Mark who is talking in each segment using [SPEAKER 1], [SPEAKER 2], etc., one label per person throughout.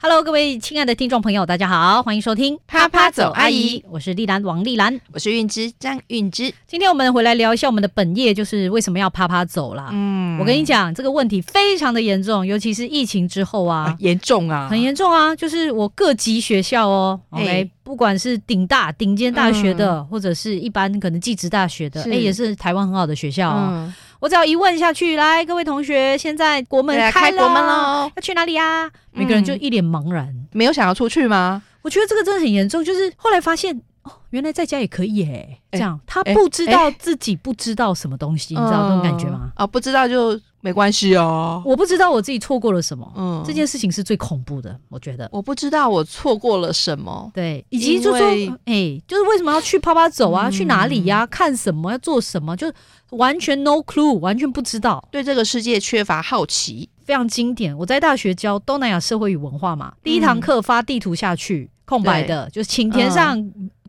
[SPEAKER 1] Hello，各位亲爱的听众朋友，大家好，欢迎收听《
[SPEAKER 2] 啪啪走阿姨》，
[SPEAKER 1] 我是丽兰王丽兰。
[SPEAKER 2] 我是韵之张韵之。
[SPEAKER 1] 今天我们回来聊一下我们的本业，就是为什么要啪啪走啦。
[SPEAKER 2] 嗯
[SPEAKER 1] 我跟你讲，这个问题非常的严重，尤其是疫情之后啊
[SPEAKER 2] 啊，严重啊，
[SPEAKER 1] 很严重啊。就是我各级学校哦
[SPEAKER 2] 哎嗯
[SPEAKER 1] ，OK，不管是顶大、顶尖大学的，或者是一般可能技职大学的，
[SPEAKER 2] 是
[SPEAKER 1] 哎，也是台湾很好的学校哦。
[SPEAKER 2] 嗯，
[SPEAKER 1] 我只要一问下去，来，各位同学，现在国门
[SPEAKER 2] 对啊
[SPEAKER 1] 开
[SPEAKER 2] 开
[SPEAKER 1] 了
[SPEAKER 2] 国门喽，
[SPEAKER 1] 要去哪里啊？每个人
[SPEAKER 2] 嗯
[SPEAKER 1] 就一脸茫然。
[SPEAKER 2] 没有想要出去吗？
[SPEAKER 1] 我觉得这个真的很严重，就是后来发现哦，原来在家也可以耶，这
[SPEAKER 2] 哎
[SPEAKER 1] 样他
[SPEAKER 2] 哎
[SPEAKER 1] 不知道自己不知道什么东西，你知道那种感觉吗？
[SPEAKER 2] 嗯？啊，不知道就没关系哦。
[SPEAKER 1] 我不知道我自己错过了什么，
[SPEAKER 2] 嗯
[SPEAKER 1] 这件事情是最恐怖的，我觉得。
[SPEAKER 2] 我不知道我错过了什么。
[SPEAKER 1] 对，以及就说，
[SPEAKER 2] 因为嗯
[SPEAKER 1] 哎、就是为什么要去啪啪走啊？去哪里呀、看什么？要做什么？就完全 no clue，完全不知道，
[SPEAKER 2] 对这个世界缺乏好奇，
[SPEAKER 1] 非常经典。我在大学教东南亚社会与文化
[SPEAKER 2] 嗯
[SPEAKER 1] 嘛，第一堂课发地图下去，空白的，就是请填上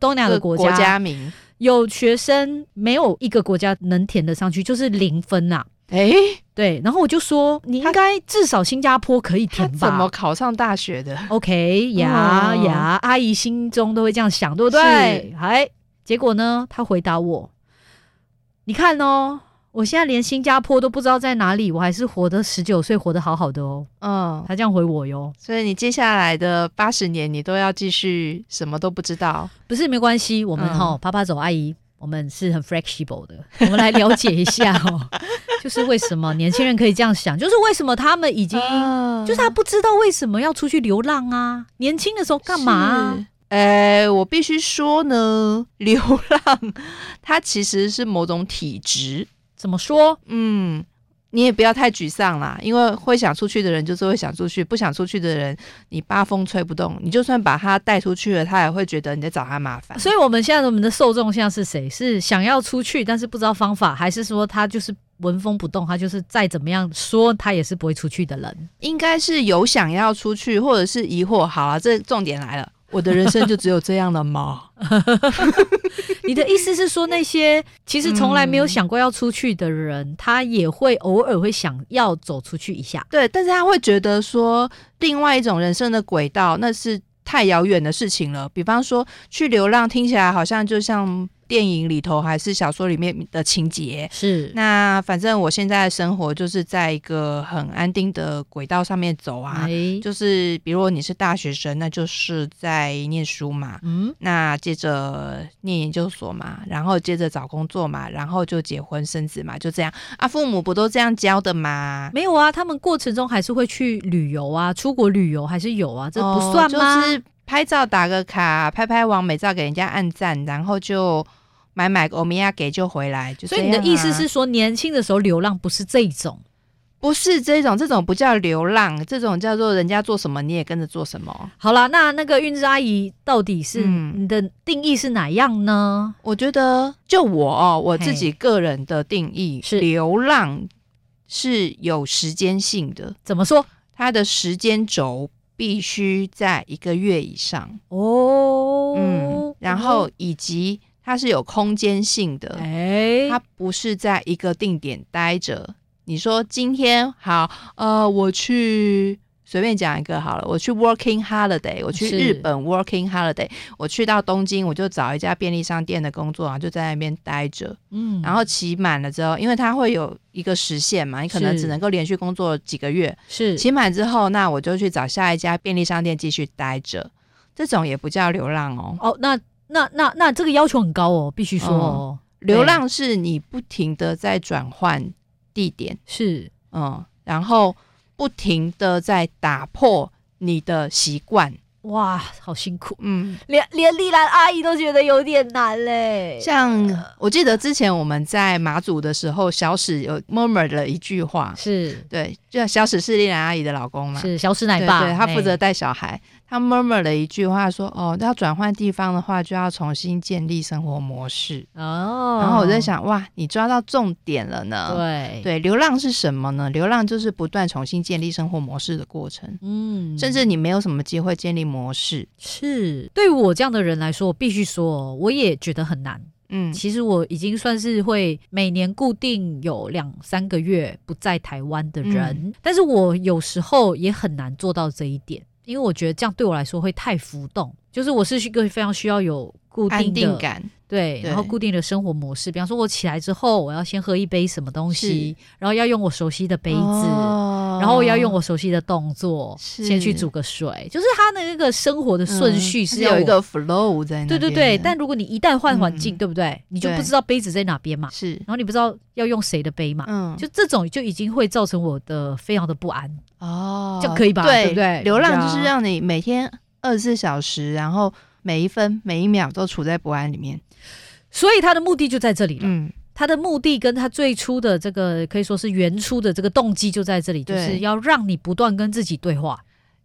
[SPEAKER 1] 东南亚的
[SPEAKER 2] 嗯这个
[SPEAKER 1] 国家
[SPEAKER 2] 名。
[SPEAKER 1] 有学生没有一个国家能填得上去，就是零分啊。
[SPEAKER 2] 哎，
[SPEAKER 1] 对，然后我就说，你应该至少新加坡可以
[SPEAKER 2] 他
[SPEAKER 1] 填
[SPEAKER 2] 怎么
[SPEAKER 1] 吧。
[SPEAKER 2] 考上大学的？
[SPEAKER 1] OK 呀
[SPEAKER 2] 嗯
[SPEAKER 1] 呀，阿姨心中都会这样想，对不对？哎，结果呢，他回答我：“你看哦，我现在连新加坡都不知道在哪里，我还是活得十九岁，活得好好的哦。
[SPEAKER 2] 嗯”，
[SPEAKER 1] 他这样回我哟，
[SPEAKER 2] 所以你接下来的八十年，你都要继续什么都不知道。
[SPEAKER 1] 不是没关系，我们
[SPEAKER 2] 嗯
[SPEAKER 1] 哈、啪啪走阿姨，我们是很 flexible 的， 我们来了解一下哦，就是为什么年轻人可以这样想，就是为什么他们已经、
[SPEAKER 2] 啊
[SPEAKER 1] 就是他不知道为什么要出去流浪啊，年轻的时候干嘛啊、
[SPEAKER 2] 是？呃，我必须说呢， 流浪它其实是某种体质。
[SPEAKER 1] 怎么说？
[SPEAKER 2] 嗯，你也不要太沮丧啦，因为会想出去的人就是会想出去，不想出去的人，你八风吹不动，你就算把他带出去了，他也会觉得你在找他麻烦。
[SPEAKER 1] 所以我们现在我们的受众像是谁？是想要出去但是不知道方法，还是说他就是纹风不动，他就是再怎么样说他也是不会出去的 人？
[SPEAKER 2] 应该是有想要出去，或者是疑惑。好啊，这重点来了，我的人生就只有这样了吗？
[SPEAKER 1] 你的意思是说，那些其实从来没有想过要出去的人，他也会偶尔会想要走出去一下。
[SPEAKER 2] 对，但是他会觉得说，另外一种人生的轨道，那是太遥远的事情了。比方说，去流浪，听起来好像就像电影里头还是小说里面的情节。
[SPEAKER 1] 是，
[SPEAKER 2] 那反正我现在的生活就是在一个很安定的轨道上面走啊，
[SPEAKER 1] 哎，
[SPEAKER 2] 就是比如你是大学生，那就是在念书嘛，
[SPEAKER 1] 嗯，
[SPEAKER 2] 那接着念研究所嘛，然后接着找工作嘛，然后就结婚生子嘛，就这样啊，父母不都这样教的吗？
[SPEAKER 1] 没有啊，他们过程中还是会去旅游啊，出国旅游还是有啊，这不
[SPEAKER 2] 哦
[SPEAKER 1] 算吗？
[SPEAKER 2] 就是拍照打个卡，拍拍完美照给人家按赞，然后就买买欧米亚给就回来，就
[SPEAKER 1] 所以
[SPEAKER 2] 这
[SPEAKER 1] 你的
[SPEAKER 2] 样
[SPEAKER 1] 意思
[SPEAKER 2] 啊
[SPEAKER 1] 是说，年轻的时候流浪不是这一种？
[SPEAKER 2] 不是这种？这种不叫流浪，这种叫做人家做什么你也跟着做什么。
[SPEAKER 1] 好啦，那那个韵之阿姨到底是、
[SPEAKER 2] 嗯
[SPEAKER 1] 你的定义是哪样呢？
[SPEAKER 2] 我觉得，就我哦，我自
[SPEAKER 1] 嘿
[SPEAKER 2] 己个人的定义
[SPEAKER 1] 是
[SPEAKER 2] 流浪是有时间性的，
[SPEAKER 1] 怎么说？
[SPEAKER 2] 它的时间轴必须在一个月以上，
[SPEAKER 1] 哦，
[SPEAKER 2] 嗯，然后以及它是有空间性的，
[SPEAKER 1] 哎，
[SPEAKER 2] 它不是在一个定点待着。你说今天好，呃，我去随便讲一个好了，我去 working holiday，我去
[SPEAKER 1] 是
[SPEAKER 2] 日本 working holiday，我去到东京，我就找一家便利商店的工作，然后就在那边待着，
[SPEAKER 1] 嗯
[SPEAKER 2] 然后期满了之后，因为它会有一个时限嘛，你可能
[SPEAKER 1] 是
[SPEAKER 2] 只能够连续工作几个月，
[SPEAKER 1] 是
[SPEAKER 2] 期满之后，那我就去找下一家便利商店继续待着，这种也不叫流浪哦。
[SPEAKER 1] 哦，那那那那这个要求很高哦，必须说哦，
[SPEAKER 2] 流浪是你不停的在转换地点，
[SPEAKER 1] 是
[SPEAKER 2] 嗯，然后不停的在打破你的习惯，
[SPEAKER 1] 哇，好辛苦，
[SPEAKER 2] 嗯，
[SPEAKER 1] 连连丽兰阿姨都觉得有点难嘞。
[SPEAKER 2] 像我记得之前我们在马祖的时候，小史有 murmur 了一句话，
[SPEAKER 1] 是
[SPEAKER 2] 对，就小史是丽兰阿姨的老公嘛，
[SPEAKER 1] 是小史奶
[SPEAKER 2] 对
[SPEAKER 1] 爸，
[SPEAKER 2] 嗯对，他负责
[SPEAKER 1] 哎
[SPEAKER 2] 带小孩。他 murmur 了一句话说：“哦，要转换地方的话，就要重新建立生活模式。
[SPEAKER 1] 哦。
[SPEAKER 2] 然后我在，想，哇，你抓到重点了呢。
[SPEAKER 1] 对，
[SPEAKER 2] 流浪是什么呢？流浪就是不断重新建立生活模式的过程，
[SPEAKER 1] 嗯，
[SPEAKER 2] 甚至你没有什么机会建立模式。
[SPEAKER 1] 是对于我这样的人来说，我必须说，哦我也觉得很难。
[SPEAKER 2] 嗯，
[SPEAKER 1] 其实我已经算是会每年固定有两三个月不在台湾的人，
[SPEAKER 2] 嗯
[SPEAKER 1] 但是我有时候也很难做到这一点，因为我觉得这样对我来说会太浮动。就是我是一个非常需要有固定
[SPEAKER 2] 安
[SPEAKER 1] 的
[SPEAKER 2] 定感。
[SPEAKER 1] 对，
[SPEAKER 2] 对
[SPEAKER 1] 然后固定的生活模式，比方说我起来之后，我要先喝一杯什么东西，然后要用我熟悉的杯子。
[SPEAKER 2] 哦
[SPEAKER 1] 然后要用我熟悉的动作，
[SPEAKER 2] 是
[SPEAKER 1] 先去煮个水，就是他的那个生活的顺序
[SPEAKER 2] 嗯
[SPEAKER 1] 是
[SPEAKER 2] 它
[SPEAKER 1] 要
[SPEAKER 2] 有一
[SPEAKER 1] 我
[SPEAKER 2] 个 flow 在那
[SPEAKER 1] 对
[SPEAKER 2] 边的。
[SPEAKER 1] 对对，但如果你一旦换环境，
[SPEAKER 2] 嗯
[SPEAKER 1] 对不对？你就
[SPEAKER 2] 对
[SPEAKER 1] 不知道杯子在哪边嘛，
[SPEAKER 2] 是
[SPEAKER 1] 然后你不知道要用谁的杯嘛，
[SPEAKER 2] 嗯，
[SPEAKER 1] 就这种就已经会造成我的非常的不安。
[SPEAKER 2] 哦
[SPEAKER 1] 这样可以吧对
[SPEAKER 2] 对
[SPEAKER 1] 不对
[SPEAKER 2] 流浪就是
[SPEAKER 1] 对啊
[SPEAKER 2] 让你每天二十四小时，然后每一分每一秒都处在不安里面。
[SPEAKER 1] 所以他的目的就在这里了，
[SPEAKER 2] 嗯，
[SPEAKER 1] 他的目的跟他最初的这个可以说是原初的这个动机就在这里，就
[SPEAKER 2] 对
[SPEAKER 1] 是要让你不断跟自己对话。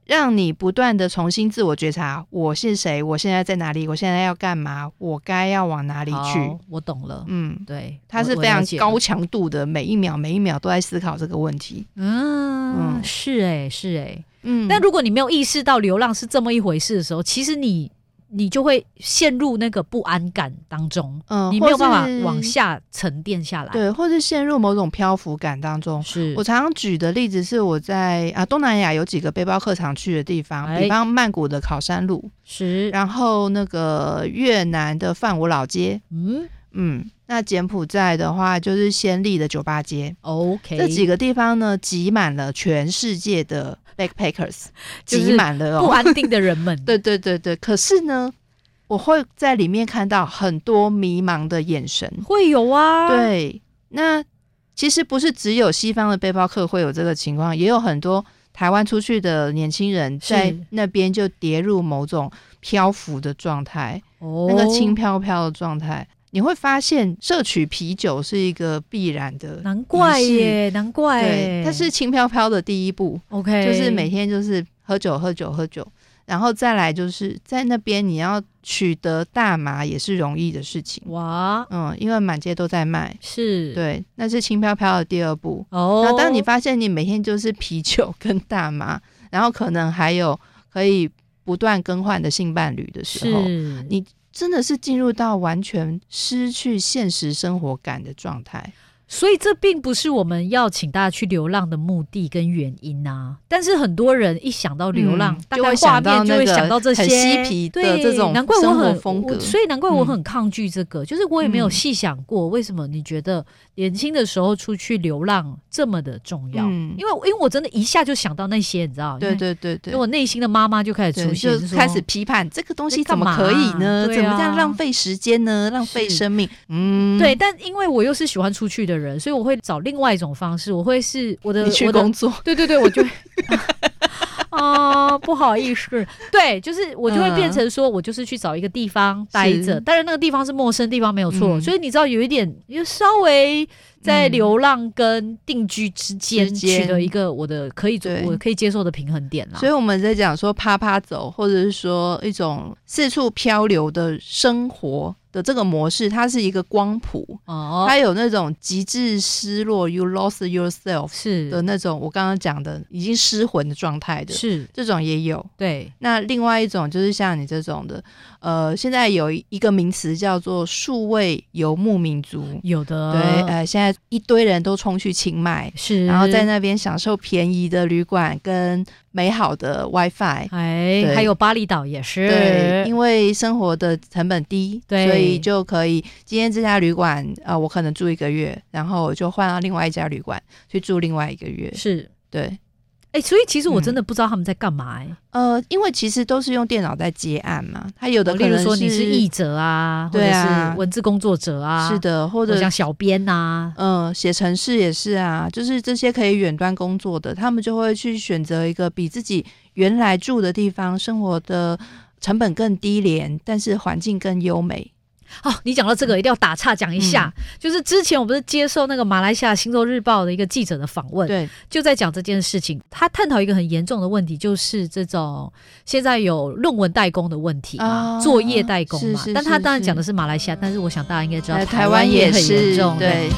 [SPEAKER 2] 让你不断的重新自我觉察，我是谁，我现在在哪里，我现在要干嘛，我该要往哪里去
[SPEAKER 1] 好。，我懂了，
[SPEAKER 2] 嗯，
[SPEAKER 1] 对，
[SPEAKER 2] 它是
[SPEAKER 1] 我
[SPEAKER 2] 非常，
[SPEAKER 1] 我了
[SPEAKER 2] 高
[SPEAKER 1] 解了
[SPEAKER 2] 强度的，每一秒每一秒都在思考这个问题。
[SPEAKER 1] 嗯，
[SPEAKER 2] 嗯
[SPEAKER 1] 是哎、是哎、
[SPEAKER 2] 嗯
[SPEAKER 1] 但如果你没有意识到流浪是这么一回事的时候，其实你你就会陷入那个不安感当中，
[SPEAKER 2] 嗯
[SPEAKER 1] 你没有办
[SPEAKER 2] 或是
[SPEAKER 1] 法往下沉淀下来。，
[SPEAKER 2] 对，或是陷入某种漂浮感当中。
[SPEAKER 1] 是
[SPEAKER 2] 我常常举的例子是我在啊东南亚有几个背包客常去的地方，
[SPEAKER 1] 哎
[SPEAKER 2] 比方曼谷的考山路，
[SPEAKER 1] 是
[SPEAKER 2] 然后那个越南的范武老街，
[SPEAKER 1] 嗯
[SPEAKER 2] 嗯，那柬埔寨的话就是暹粒的酒吧街，
[SPEAKER 1] ，OK，
[SPEAKER 2] 这几个地方呢挤满了全世界的 backpackers，
[SPEAKER 1] 就是
[SPEAKER 2] 挤满了
[SPEAKER 1] 不
[SPEAKER 2] 哦。
[SPEAKER 1] 安定的人们，
[SPEAKER 2] 对对对对，可是呢，我会在里面看到很多迷茫的眼神。
[SPEAKER 1] 会有啊，，
[SPEAKER 2] 对，那其实不是只有西方的背包客会有这个情况，也有很多台湾出去的年轻人
[SPEAKER 1] 是
[SPEAKER 2] 在那边就跌入某种漂浮的状态，
[SPEAKER 1] 哦，
[SPEAKER 2] 那个轻，飘飘的状态。你会发现，摄取啤酒是一个必然的，
[SPEAKER 1] 难怪耶，难怪
[SPEAKER 2] 对
[SPEAKER 1] 耶，，
[SPEAKER 2] 它是轻飘飘的第一步，
[SPEAKER 1] OK，
[SPEAKER 2] 就是每天就是喝酒、喝酒、喝酒，然后再来就是在那边你要取得大麻也是容易的事情，
[SPEAKER 1] 哇
[SPEAKER 2] 嗯，因为满街都在卖，
[SPEAKER 1] 是，，
[SPEAKER 2] 对，那是轻飘飘的第二步。
[SPEAKER 1] 哦，
[SPEAKER 2] 那当你发现你每天就是啤酒跟大麻，然后可能还有可以不断更换的性伴侣的时候，
[SPEAKER 1] 是
[SPEAKER 2] 你真的是进入到完全失去现实生活感的状态。
[SPEAKER 1] 所以这并不是我们要请大家去流浪的目的跟原因啊。但是很多人一想到流浪，
[SPEAKER 2] 嗯
[SPEAKER 1] 大
[SPEAKER 2] 就
[SPEAKER 1] 概
[SPEAKER 2] 会
[SPEAKER 1] 画
[SPEAKER 2] 想到
[SPEAKER 1] 面就会
[SPEAKER 2] 那个
[SPEAKER 1] 想到这些
[SPEAKER 2] 很嬉皮的
[SPEAKER 1] 对
[SPEAKER 2] 这种
[SPEAKER 1] 难怪我
[SPEAKER 2] 生活
[SPEAKER 1] 很
[SPEAKER 2] 风格
[SPEAKER 1] 我所以难怪我
[SPEAKER 2] 嗯
[SPEAKER 1] 很抗拒这个。就是我也没有
[SPEAKER 2] 嗯
[SPEAKER 1] 细想过，为什么你觉得年轻的时候出去流浪这么的重要？
[SPEAKER 2] 嗯
[SPEAKER 1] 因为因为我真的一下就想到那些，你知道？
[SPEAKER 2] 对。对对对
[SPEAKER 1] 因为。我内心的妈妈就开始出
[SPEAKER 2] 对，
[SPEAKER 1] 现，
[SPEAKER 2] 就
[SPEAKER 1] 说
[SPEAKER 2] 开始批判这个东西怎么可以呢？
[SPEAKER 1] 在干嘛
[SPEAKER 2] 怎么这样
[SPEAKER 1] 对啊
[SPEAKER 2] 浪费时间呢？浪费
[SPEAKER 1] 是
[SPEAKER 2] 生命？嗯，
[SPEAKER 1] 对，，但因为我又是喜欢出去的人，所以我会找另外一种方式，我会是我的
[SPEAKER 2] 你去
[SPEAKER 1] 我的
[SPEAKER 2] 工作，
[SPEAKER 1] 对对对，我 就会啊、不好意思，对，就是我就会变成说，我就是去找一个地方待着，
[SPEAKER 2] 是
[SPEAKER 1] 当然那个地方是陌生地方没有错，
[SPEAKER 2] 嗯
[SPEAKER 1] 所以你知道有一点，就稍微在
[SPEAKER 2] 嗯
[SPEAKER 1] 流浪跟定居之间
[SPEAKER 2] 之
[SPEAKER 1] 取
[SPEAKER 2] 间
[SPEAKER 1] 得一个我的可以做
[SPEAKER 2] 对
[SPEAKER 1] 我可以接受的平衡点啦
[SPEAKER 2] 所。以我们在讲说啪啪走，或者是说一种四处漂流的生活的这个模式，它是一个光谱，
[SPEAKER 1] 哦，
[SPEAKER 2] 它有那种极致失落 （you lost yourself） 的
[SPEAKER 1] 是
[SPEAKER 2] 那种，我刚刚讲的已经失魂的状态的，
[SPEAKER 1] 是，
[SPEAKER 2] 这种也有。
[SPEAKER 1] 对，
[SPEAKER 2] 那另外一种就是像你这种的，呃，现在有一个名词叫做数位游牧民族，
[SPEAKER 1] 有的
[SPEAKER 2] 对，呃，现在一堆人都冲去清迈。
[SPEAKER 1] 是，
[SPEAKER 2] 然后在那边享受便宜的旅馆跟美好的 WiFi，
[SPEAKER 1] 哎，
[SPEAKER 2] 对
[SPEAKER 1] 还有巴厘岛也是，
[SPEAKER 2] 对，因为生活的成本低，
[SPEAKER 1] 对
[SPEAKER 2] 所以就可以今天这家旅馆，呃，我可能住一个月，然后我就换到另外一家旅馆去住另外一个月。
[SPEAKER 1] 是，
[SPEAKER 2] 对，
[SPEAKER 1] 哎，所以其实我真
[SPEAKER 2] 嗯
[SPEAKER 1] 的不知道他们在干嘛、哎、
[SPEAKER 2] 呃，因为其实都是用电脑在接案嘛，它有的
[SPEAKER 1] 哦
[SPEAKER 2] 可
[SPEAKER 1] 例
[SPEAKER 2] 能
[SPEAKER 1] 如说你是
[SPEAKER 2] 是
[SPEAKER 1] 译者啊，或
[SPEAKER 2] 对
[SPEAKER 1] 者
[SPEAKER 2] 啊
[SPEAKER 1] 是文字工作者啊，
[SPEAKER 2] 是，的，或
[SPEAKER 1] 或者
[SPEAKER 2] 者
[SPEAKER 1] 像小编啊呐、
[SPEAKER 2] 嗯，写程式也是啊，就是这些可以远端工作的，他们就会去选择一个比自己原来住的地方生活的成本更低廉，但是环境更优美。
[SPEAKER 1] 哦，你讲到这个一定要打岔讲一下，
[SPEAKER 2] 嗯
[SPEAKER 1] 就是之前我不是接受那个马来西亚星洲日报的一个记者的访问，
[SPEAKER 2] 对，
[SPEAKER 1] 就在讲这件事情，他探讨一个很严重的问题，就是这种现在有论文代工的问题嘛，
[SPEAKER 2] 啊
[SPEAKER 1] 作业代工嘛。
[SPEAKER 2] 是是
[SPEAKER 1] 但他
[SPEAKER 2] 是
[SPEAKER 1] 当然
[SPEAKER 2] 是
[SPEAKER 1] 讲的是马来西亚，但是我想大家应该知道，
[SPEAKER 2] 呃
[SPEAKER 1] 台湾也很严
[SPEAKER 2] 是
[SPEAKER 1] 重。，
[SPEAKER 2] 对，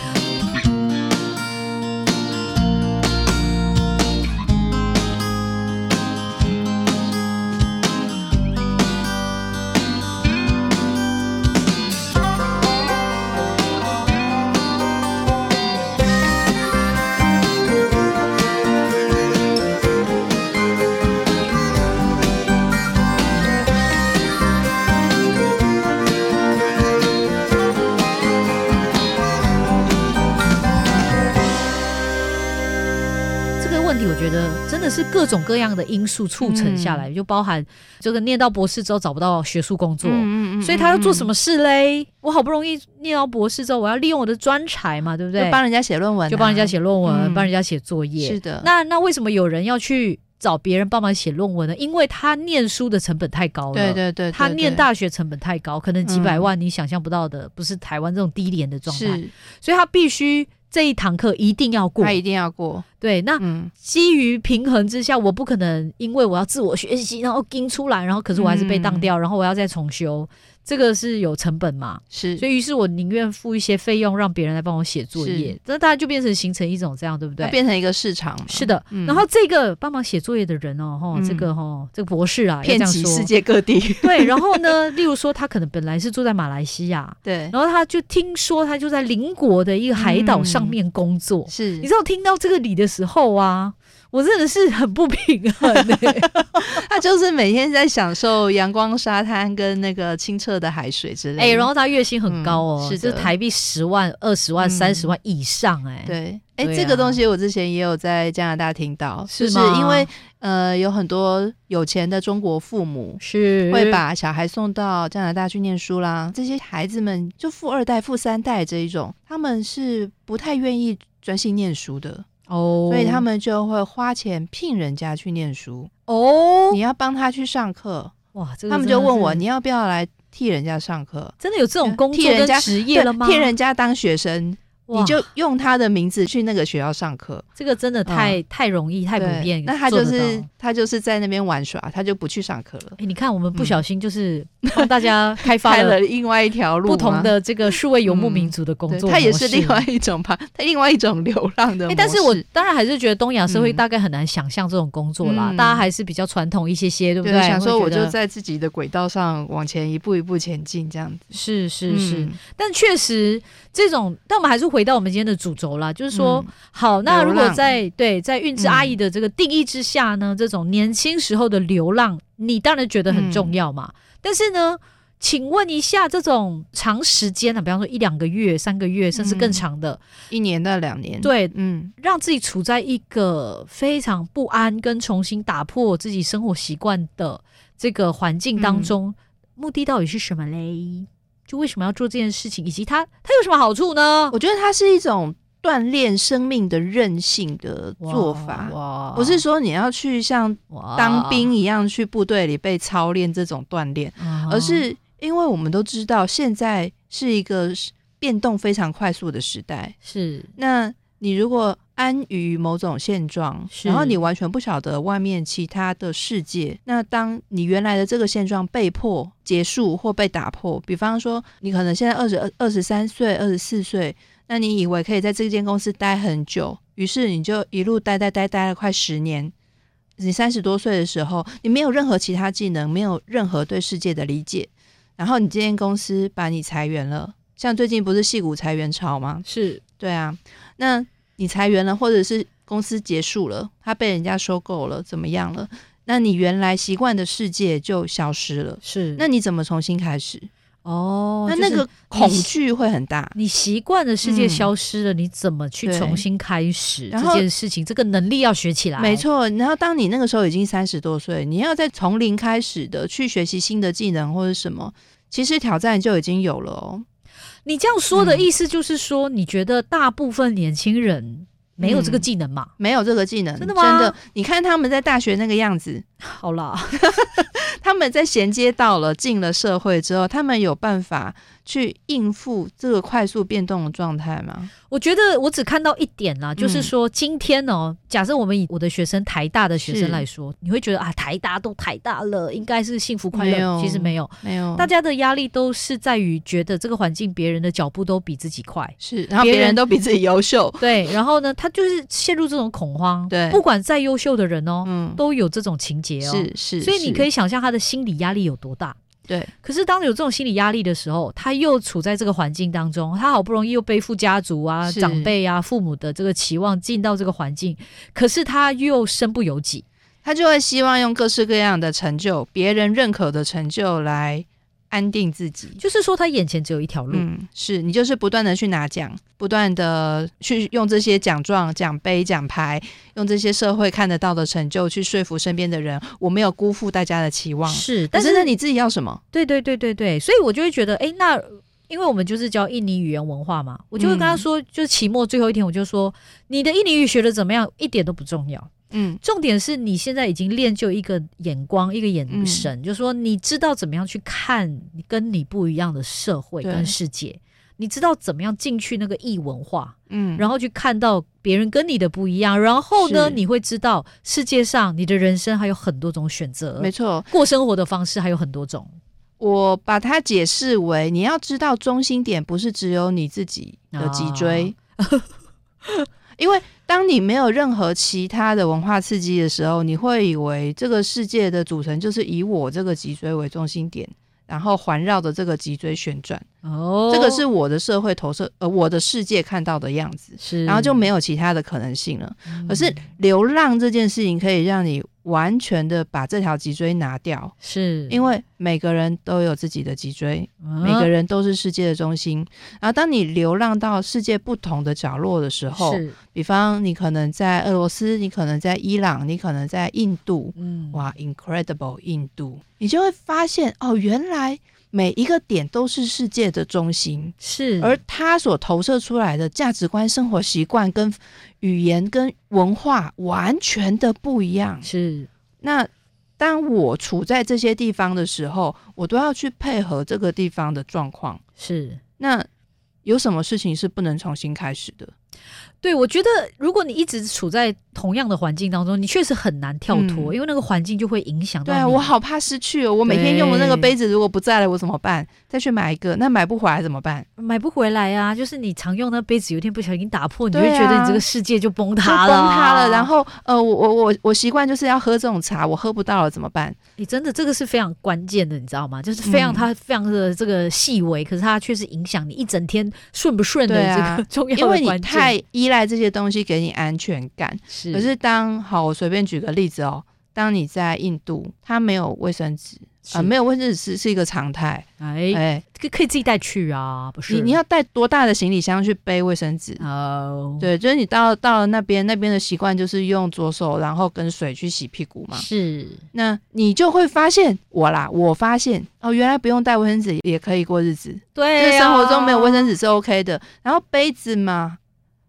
[SPEAKER 1] 这个问题我觉得真的是各种各样的因素促成下来，就包含这个念到博士之后找不到学术工作。
[SPEAKER 2] 嗯
[SPEAKER 1] 所以他要做什
[SPEAKER 2] 么？
[SPEAKER 1] 么事嘞？我好不容易念到博士之后，我要利用我的专才嘛，对不对
[SPEAKER 2] 就？帮人家写论文啊，
[SPEAKER 1] 就帮人家写论文，
[SPEAKER 2] 嗯
[SPEAKER 1] 帮人家写作业。
[SPEAKER 2] 是的，
[SPEAKER 1] 那那为什么有人要去找别人帮忙写论文呢？因为他念书的成本太高了。
[SPEAKER 2] 对对对，对
[SPEAKER 1] 他
[SPEAKER 2] 对
[SPEAKER 1] 念大学成本太高，可能几百万你想象不到的，不是台湾这种低廉的状态，
[SPEAKER 2] 是，
[SPEAKER 1] 所以他必须这一堂课一定要过
[SPEAKER 2] 他。一定要过，
[SPEAKER 1] 对，那
[SPEAKER 2] 嗯，
[SPEAKER 1] 基于平衡之下，我不可能因为我要自我学习，然后盯出来，然后可是我还是被当
[SPEAKER 2] 嗯
[SPEAKER 1] 掉，然后我要再重修，这个是有成本嘛？
[SPEAKER 2] 是
[SPEAKER 1] 所，以于是我宁愿付一些费用让别人来帮我写作业
[SPEAKER 2] 是，
[SPEAKER 1] 那大家就变成形成一种这样，对不对
[SPEAKER 2] 它？变成一个市场嘛，
[SPEAKER 1] 是的，
[SPEAKER 2] 嗯
[SPEAKER 1] 然后这个帮忙写作业的人哦，哈、
[SPEAKER 2] 嗯
[SPEAKER 1] 这个哈、这个博士啊，要
[SPEAKER 2] 遍
[SPEAKER 1] 这样
[SPEAKER 2] 及世
[SPEAKER 1] 说，
[SPEAKER 2] 界各地，
[SPEAKER 1] 对，然后 呢，例如说他可能本来是住在马来西亚，
[SPEAKER 2] 对，
[SPEAKER 1] 然后他就听说他就在邻国的一个海岛
[SPEAKER 2] 嗯
[SPEAKER 1] 上面工作，
[SPEAKER 2] 是
[SPEAKER 1] 你知道听到这个理的时候啊，我真的是很不平衡、欸，
[SPEAKER 2] 他就是每天在享受阳光、沙滩跟那个清澈的海水之类 的。
[SPEAKER 1] 哎、然后他月薪很高哦，
[SPEAKER 2] 嗯
[SPEAKER 1] 是
[SPEAKER 2] 是的
[SPEAKER 1] 这台币十万、二十万、
[SPEAKER 2] 嗯
[SPEAKER 1] 三十万以上、哎，。
[SPEAKER 2] 对，哎、
[SPEAKER 1] 对啊
[SPEAKER 2] 这个东西我之前也有在加拿大听到，
[SPEAKER 1] 是
[SPEAKER 2] 就是
[SPEAKER 1] 吗
[SPEAKER 2] 因为呃有很多有钱的中国父母。
[SPEAKER 1] 是
[SPEAKER 2] 会把小孩送到加拿大去念书啦，这些孩子们就富二代、富三代这一种，他们是不太愿意专心念书的，
[SPEAKER 1] 哦，
[SPEAKER 2] 所以他们就会花钱聘人家去念书。
[SPEAKER 1] 哦，
[SPEAKER 2] 你要帮他去上课，
[SPEAKER 1] 哇，这个
[SPEAKER 2] 他们
[SPEAKER 1] 真
[SPEAKER 2] 就
[SPEAKER 1] 的
[SPEAKER 2] 问
[SPEAKER 1] 是
[SPEAKER 2] 我你要不要来替人家上课？
[SPEAKER 1] 真的有这种工作
[SPEAKER 2] 替人
[SPEAKER 1] 跟
[SPEAKER 2] 家
[SPEAKER 1] 职业了吗？
[SPEAKER 2] 对替人家当学生，
[SPEAKER 1] 哇，
[SPEAKER 2] 你就用他的名字去那个学校上课，
[SPEAKER 1] 这个真的太、太容易太普
[SPEAKER 2] 嗯对
[SPEAKER 1] 遍，
[SPEAKER 2] 那他
[SPEAKER 1] 做得
[SPEAKER 2] 就是
[SPEAKER 1] 到。
[SPEAKER 2] 他就是在那边玩耍，他就不去上课了，
[SPEAKER 1] 哎，你看，我们不
[SPEAKER 2] 嗯
[SPEAKER 1] 小心就是帮大家开发
[SPEAKER 2] 开
[SPEAKER 1] 了
[SPEAKER 2] 了另外一条路吗，嗯
[SPEAKER 1] 不同的这个数位游牧民族的工
[SPEAKER 2] 对，
[SPEAKER 1] 作、模
[SPEAKER 2] 他也是
[SPEAKER 1] 式
[SPEAKER 2] 另外一种吧，他另外一种流浪的
[SPEAKER 1] 哎，
[SPEAKER 2] 模式。
[SPEAKER 1] 但是我当然还是觉得东亚社会
[SPEAKER 2] 嗯
[SPEAKER 1] 大概很难想象这种工作啦，
[SPEAKER 2] 嗯
[SPEAKER 1] 大家还是比较传统一些些，对不
[SPEAKER 2] 对
[SPEAKER 1] 对？
[SPEAKER 2] 想说
[SPEAKER 1] 会
[SPEAKER 2] 我
[SPEAKER 1] 觉得
[SPEAKER 2] 就在自己的轨道上往前一步一步前进，这样子。
[SPEAKER 1] 是是是，
[SPEAKER 2] 嗯
[SPEAKER 1] 但确实这种，但我们还是回到我们今天的主轴啦，就是说，
[SPEAKER 2] 嗯
[SPEAKER 1] 好，那
[SPEAKER 2] 流
[SPEAKER 1] 如果
[SPEAKER 2] 浪
[SPEAKER 1] 在对在韵之阿
[SPEAKER 2] 嗯
[SPEAKER 1] 姨的这个定义之下呢，这种年轻时候的流浪，你当然觉得很重要
[SPEAKER 2] 嗯
[SPEAKER 1] 嘛。但是呢，请问一下，这种长时间的、啊比方说一两个月、三个月，甚至更
[SPEAKER 2] 嗯
[SPEAKER 1] 长的，
[SPEAKER 2] 一年到两年，，
[SPEAKER 1] 对，
[SPEAKER 2] 嗯，
[SPEAKER 1] 让自己处在一个非常不安跟重新打破自己生活习惯的这个环境当中，
[SPEAKER 2] 嗯
[SPEAKER 1] 目的到底是什么嘞？就为什么要做这件事情，以及它它有什么好处呢？
[SPEAKER 2] 我觉得它是一种锻炼生命的韧性的做法。
[SPEAKER 1] 哇
[SPEAKER 2] 不是说你要去像
[SPEAKER 1] 啊
[SPEAKER 2] 当兵，一样去部队里被操练这种锻炼，
[SPEAKER 1] 哇
[SPEAKER 2] 而是因为我们都知道现在是一个是变动非常快速的时代。
[SPEAKER 1] 是
[SPEAKER 2] 那你如果安于某种现状，
[SPEAKER 1] 是
[SPEAKER 2] 然后你完全不晓得外面其他的世界，那当你原来的这个现状被迫结束或被打破，比方说你可能现在二十二、二十三岁、二十四岁，那你以为可以在这间公司待很久，于是你就一路待待待待了快十年。你三十多岁的时候，你没有任何其他技能，没有任何对世界的理解，然后你这间公司把你裁员了，像最近不是戏骨裁员潮吗？
[SPEAKER 1] 是
[SPEAKER 2] 对啊，那你裁员了，或者是公司结束了，他被人家收购了，怎么样了？那你原来习惯的世界就消失了，
[SPEAKER 1] 是
[SPEAKER 2] 那你怎么重新开始？
[SPEAKER 1] 哦，
[SPEAKER 2] 那
[SPEAKER 1] 就是
[SPEAKER 2] 那个恐惧会很大。
[SPEAKER 1] 你习惯的世界
[SPEAKER 2] 嗯
[SPEAKER 1] 消失了，你怎么去
[SPEAKER 2] 对
[SPEAKER 1] 重新开始
[SPEAKER 2] 然
[SPEAKER 1] 这
[SPEAKER 2] 后
[SPEAKER 1] 件事情？这个能力要学起来，
[SPEAKER 2] 没错，然后当你那个时候已经三十多岁，你要再从零开始的去学习新的技能或者什么，其实挑战就已经有了哦。
[SPEAKER 1] 你这样说的
[SPEAKER 2] 嗯
[SPEAKER 1] 意思就是说，你觉得大部分年轻人没有这个
[SPEAKER 2] 嗯
[SPEAKER 1] 技能嘛。
[SPEAKER 2] 没有这个技能，
[SPEAKER 1] 真的吗
[SPEAKER 2] 真的，你看他们在大学那个样子，
[SPEAKER 1] 好啦，
[SPEAKER 2] 他们在衔接到了进了社会之后，他们有办法去应付这个快速变动的状态吗？
[SPEAKER 1] 我觉得我只看到一点啦，就是
[SPEAKER 2] 嗯
[SPEAKER 1] 说今天哦，假设我们以我的学生台大的学
[SPEAKER 2] 是
[SPEAKER 1] 生来说，你会觉得啊，台大都台大了，应该是幸福快
[SPEAKER 2] 没
[SPEAKER 1] 乐，
[SPEAKER 2] 有嗯
[SPEAKER 1] 其实没有，
[SPEAKER 2] 没有，
[SPEAKER 1] 大家的压力都是在于觉得这个环境别人的脚步都比自己快。
[SPEAKER 2] 是，然后
[SPEAKER 1] 别
[SPEAKER 2] 别人
[SPEAKER 1] 人
[SPEAKER 2] 都比自己优秀，
[SPEAKER 1] 对，然后呢，他就是陷入这种恐慌。
[SPEAKER 2] 对
[SPEAKER 1] 不管再优秀的人哦，
[SPEAKER 2] 嗯，
[SPEAKER 1] 都有这种情节哦。
[SPEAKER 2] 是是，
[SPEAKER 1] 所以你可
[SPEAKER 2] 以
[SPEAKER 1] 以想象他的心理压力有多大。
[SPEAKER 2] 对，
[SPEAKER 1] 可是当有这种心理压力的时候，他又处在这个环境当中，他好不容易又背负家族啊、
[SPEAKER 2] 是
[SPEAKER 1] 长辈啊、父母的这个期望进到这个环境，可是他又身不由己。
[SPEAKER 2] 他就会希望用各式各样的成就，别人认可的成就来安定自己。
[SPEAKER 1] 就是说，他眼前只有一条路。
[SPEAKER 2] 嗯，是你就是不断的去拿奖，不断的去用这些奖状、奖杯、奖牌，用这些社会看得到的成就去说服身边的人，我没有辜负大家的期望。
[SPEAKER 1] 是，但
[SPEAKER 2] 但
[SPEAKER 1] 是
[SPEAKER 2] 是那你自己要什么？
[SPEAKER 1] 对对对对对，所以我就会觉得，哎，那因为我们就是教印尼语言文化嘛，我就会跟他说，就是期末最后一天，我就说，你的印尼语学的怎么样，一点都不重要，
[SPEAKER 2] 嗯，
[SPEAKER 1] 重点是你现在已经练就一个眼光，一个眼神，
[SPEAKER 2] 嗯
[SPEAKER 1] 就说你知道怎么样去看跟你不一样的社会
[SPEAKER 2] 对
[SPEAKER 1] 跟世界，你知道怎么样进去那个异文化，
[SPEAKER 2] 嗯，
[SPEAKER 1] 然后去看到别人跟你的不一样，然后呢，
[SPEAKER 2] 是
[SPEAKER 1] 你会知道世界上你的人生还有很多种选择
[SPEAKER 2] 没，错，
[SPEAKER 1] 过生活的方式还有很多种。
[SPEAKER 2] 我把它解释为你要知道中心点不是只有你自己的脊椎， 因为当你没有任何其他的文化刺激的时候，你会以为这个世界的组成就是以我这个脊椎为中心点。然后环绕着这个脊椎旋转，
[SPEAKER 1] 哦，
[SPEAKER 2] 这个是我的社会投射，呃，我的世界看到的样子，
[SPEAKER 1] 是，
[SPEAKER 2] 然后就没有其他的可能性了。
[SPEAKER 1] 嗯，
[SPEAKER 2] 可是流浪这件事情可以让你完全的把这条脊椎拿掉，
[SPEAKER 1] 是啊嗯
[SPEAKER 2] 因为每个人都有自己的脊椎，每个人都是世界的中心。然后，当你流浪到世界不同的角落的时候，
[SPEAKER 1] 是
[SPEAKER 2] 比方你可能在俄罗斯，你可能在伊朗，你可能在印度，
[SPEAKER 1] 嗯
[SPEAKER 2] 哇，incredible 印度，你就会发现哦，原来每一个点都是世界的中心。
[SPEAKER 1] 是
[SPEAKER 2] 而它所投射出来的价值观、生活习惯、跟语言、跟文化完全的不一样。
[SPEAKER 1] 是
[SPEAKER 2] 那当我处在这些地方的时候，我都要去配合这个地方的状况。
[SPEAKER 1] 是。
[SPEAKER 2] 那有什么事情是不能重新开始的？
[SPEAKER 1] 对，我觉得如果你一直处在同样的环境当中，你确实很难跳脱，
[SPEAKER 2] 嗯
[SPEAKER 1] 因为那个环境就会影响到
[SPEAKER 2] 对啊，
[SPEAKER 1] 你
[SPEAKER 2] 我好怕失去哦！我每天用的那个
[SPEAKER 1] 对
[SPEAKER 2] 杯子如果不在了，我怎么办？再去买一个，那买不回来怎么办？
[SPEAKER 1] 买不回来啊。就是你常用那杯子，有一天不小心打破，你就
[SPEAKER 2] 对
[SPEAKER 1] 会
[SPEAKER 2] 啊
[SPEAKER 1] 觉得你这个世界就崩
[SPEAKER 2] 就
[SPEAKER 1] 塌
[SPEAKER 2] 崩
[SPEAKER 1] 了，
[SPEAKER 2] 塌了。然，后呃，我我我我习惯就是要喝这种茶，我喝不到了怎么办？
[SPEAKER 1] 你真的这个是非常关键的，你知道吗？就是非常
[SPEAKER 2] 嗯
[SPEAKER 1] 它非常的这个细微，可是它确实影响你一整天顺不顺的
[SPEAKER 2] 对
[SPEAKER 1] 这
[SPEAKER 2] 啊
[SPEAKER 1] 个 重要的
[SPEAKER 2] 因
[SPEAKER 1] 关
[SPEAKER 2] 为
[SPEAKER 1] 键。
[SPEAKER 2] 你太依赖这些东西给你安全感。
[SPEAKER 1] 是
[SPEAKER 2] 可是当好，我随便举个例子哦，当你在印度，它没有卫生纸，啊、没
[SPEAKER 1] 有
[SPEAKER 2] 有卫生纸是是一个常态。哎、
[SPEAKER 1] 哎，可可以自己带去啊，不是？
[SPEAKER 2] 你你要带多大的行李箱去背卫生纸？
[SPEAKER 1] 哦，
[SPEAKER 2] 对，就是你到到了那边，那边的习惯就是用左手，然后跟水去洗屁股嘛。
[SPEAKER 1] 是
[SPEAKER 2] 那你就会发现，我啦，我发现哦，原来不用带卫生纸也可以过日子，就
[SPEAKER 1] 对
[SPEAKER 2] 是
[SPEAKER 1] 啊，
[SPEAKER 2] 生活中没有卫生纸是 OK 的。然后杯子嘛，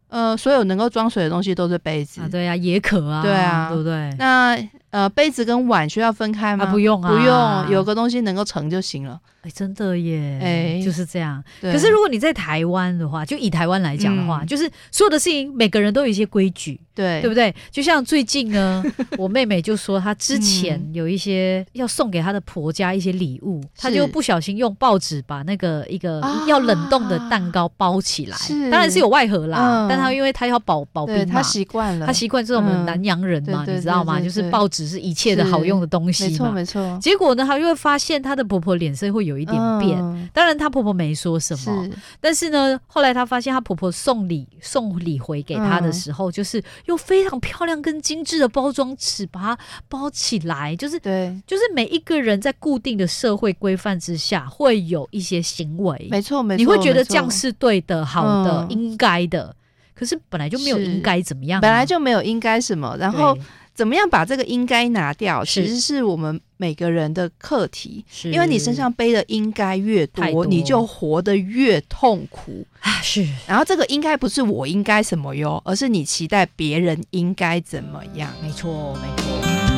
[SPEAKER 2] 呃，所有能够装水的东西都是杯子。
[SPEAKER 1] 啊，对啊，也可啊，
[SPEAKER 2] 对啊
[SPEAKER 1] 对不对？
[SPEAKER 2] 那呃，杯子跟碗需要分开吗？
[SPEAKER 1] 啊，不用啊，
[SPEAKER 2] 不用，有个东西能够盛就行了。
[SPEAKER 1] 哎，真的耶，
[SPEAKER 2] 哎
[SPEAKER 1] 就是这样。
[SPEAKER 2] 对
[SPEAKER 1] 可是如果你在台湾的话，就以台湾来讲的话，
[SPEAKER 2] 嗯
[SPEAKER 1] 就是所有的事情每个人都有一些规矩，
[SPEAKER 2] 对
[SPEAKER 1] 对不对？就像最近 呢，我妹妹就说她之前
[SPEAKER 2] 嗯
[SPEAKER 1] 有一些要送给她的婆家一些礼物，她就不小心用报纸把那个一个
[SPEAKER 2] 啊
[SPEAKER 1] 要冷冻的蛋糕包起来，
[SPEAKER 2] 是
[SPEAKER 1] 当然是有外盒啦，
[SPEAKER 2] 嗯
[SPEAKER 1] 但她因为她要保保
[SPEAKER 2] 对
[SPEAKER 1] 冰嘛
[SPEAKER 2] 他。习惯了，
[SPEAKER 1] 她习惯这种
[SPEAKER 2] 嗯
[SPEAKER 1] 南洋人嘛，
[SPEAKER 2] 对对
[SPEAKER 1] 你知道吗？
[SPEAKER 2] 对对
[SPEAKER 1] 就是
[SPEAKER 2] 对
[SPEAKER 1] 报纸是一切的好用的东
[SPEAKER 2] 没
[SPEAKER 1] 西
[SPEAKER 2] 错
[SPEAKER 1] 嘛。
[SPEAKER 2] 没错，
[SPEAKER 1] 结果呢，她就会发现她的婆婆脸色会有一
[SPEAKER 2] 一
[SPEAKER 1] 点变。当然，她婆婆没说什么，
[SPEAKER 2] 嗯是
[SPEAKER 1] 但是呢，后来她发现她婆婆送礼送礼回给她的时
[SPEAKER 2] 嗯
[SPEAKER 1] 候，就是用非常漂亮跟精致的包装纸把它包起来，就是
[SPEAKER 2] 对，
[SPEAKER 1] 就是每一个人在固定的社会规范之下，会有一些行为，
[SPEAKER 2] 没错没错，
[SPEAKER 1] 你会觉得
[SPEAKER 2] 没错
[SPEAKER 1] 这样是对的、好的、
[SPEAKER 2] 嗯
[SPEAKER 1] 应该的，可是本来就没有
[SPEAKER 2] 是
[SPEAKER 1] 应该怎么样啊、
[SPEAKER 2] 本来就没有应该什么，然后
[SPEAKER 1] 对
[SPEAKER 2] 怎么样把这个应该拿掉，
[SPEAKER 1] 是
[SPEAKER 2] 其实是我们每个人的课题。
[SPEAKER 1] 是
[SPEAKER 2] 因为你身上背的应该越多，
[SPEAKER 1] 嗯太多
[SPEAKER 2] 你就活得越痛苦。
[SPEAKER 1] 啊是
[SPEAKER 2] 然后这个应该不是我应该什么哟，而是你期待别人应该怎么样。
[SPEAKER 1] 没错没错。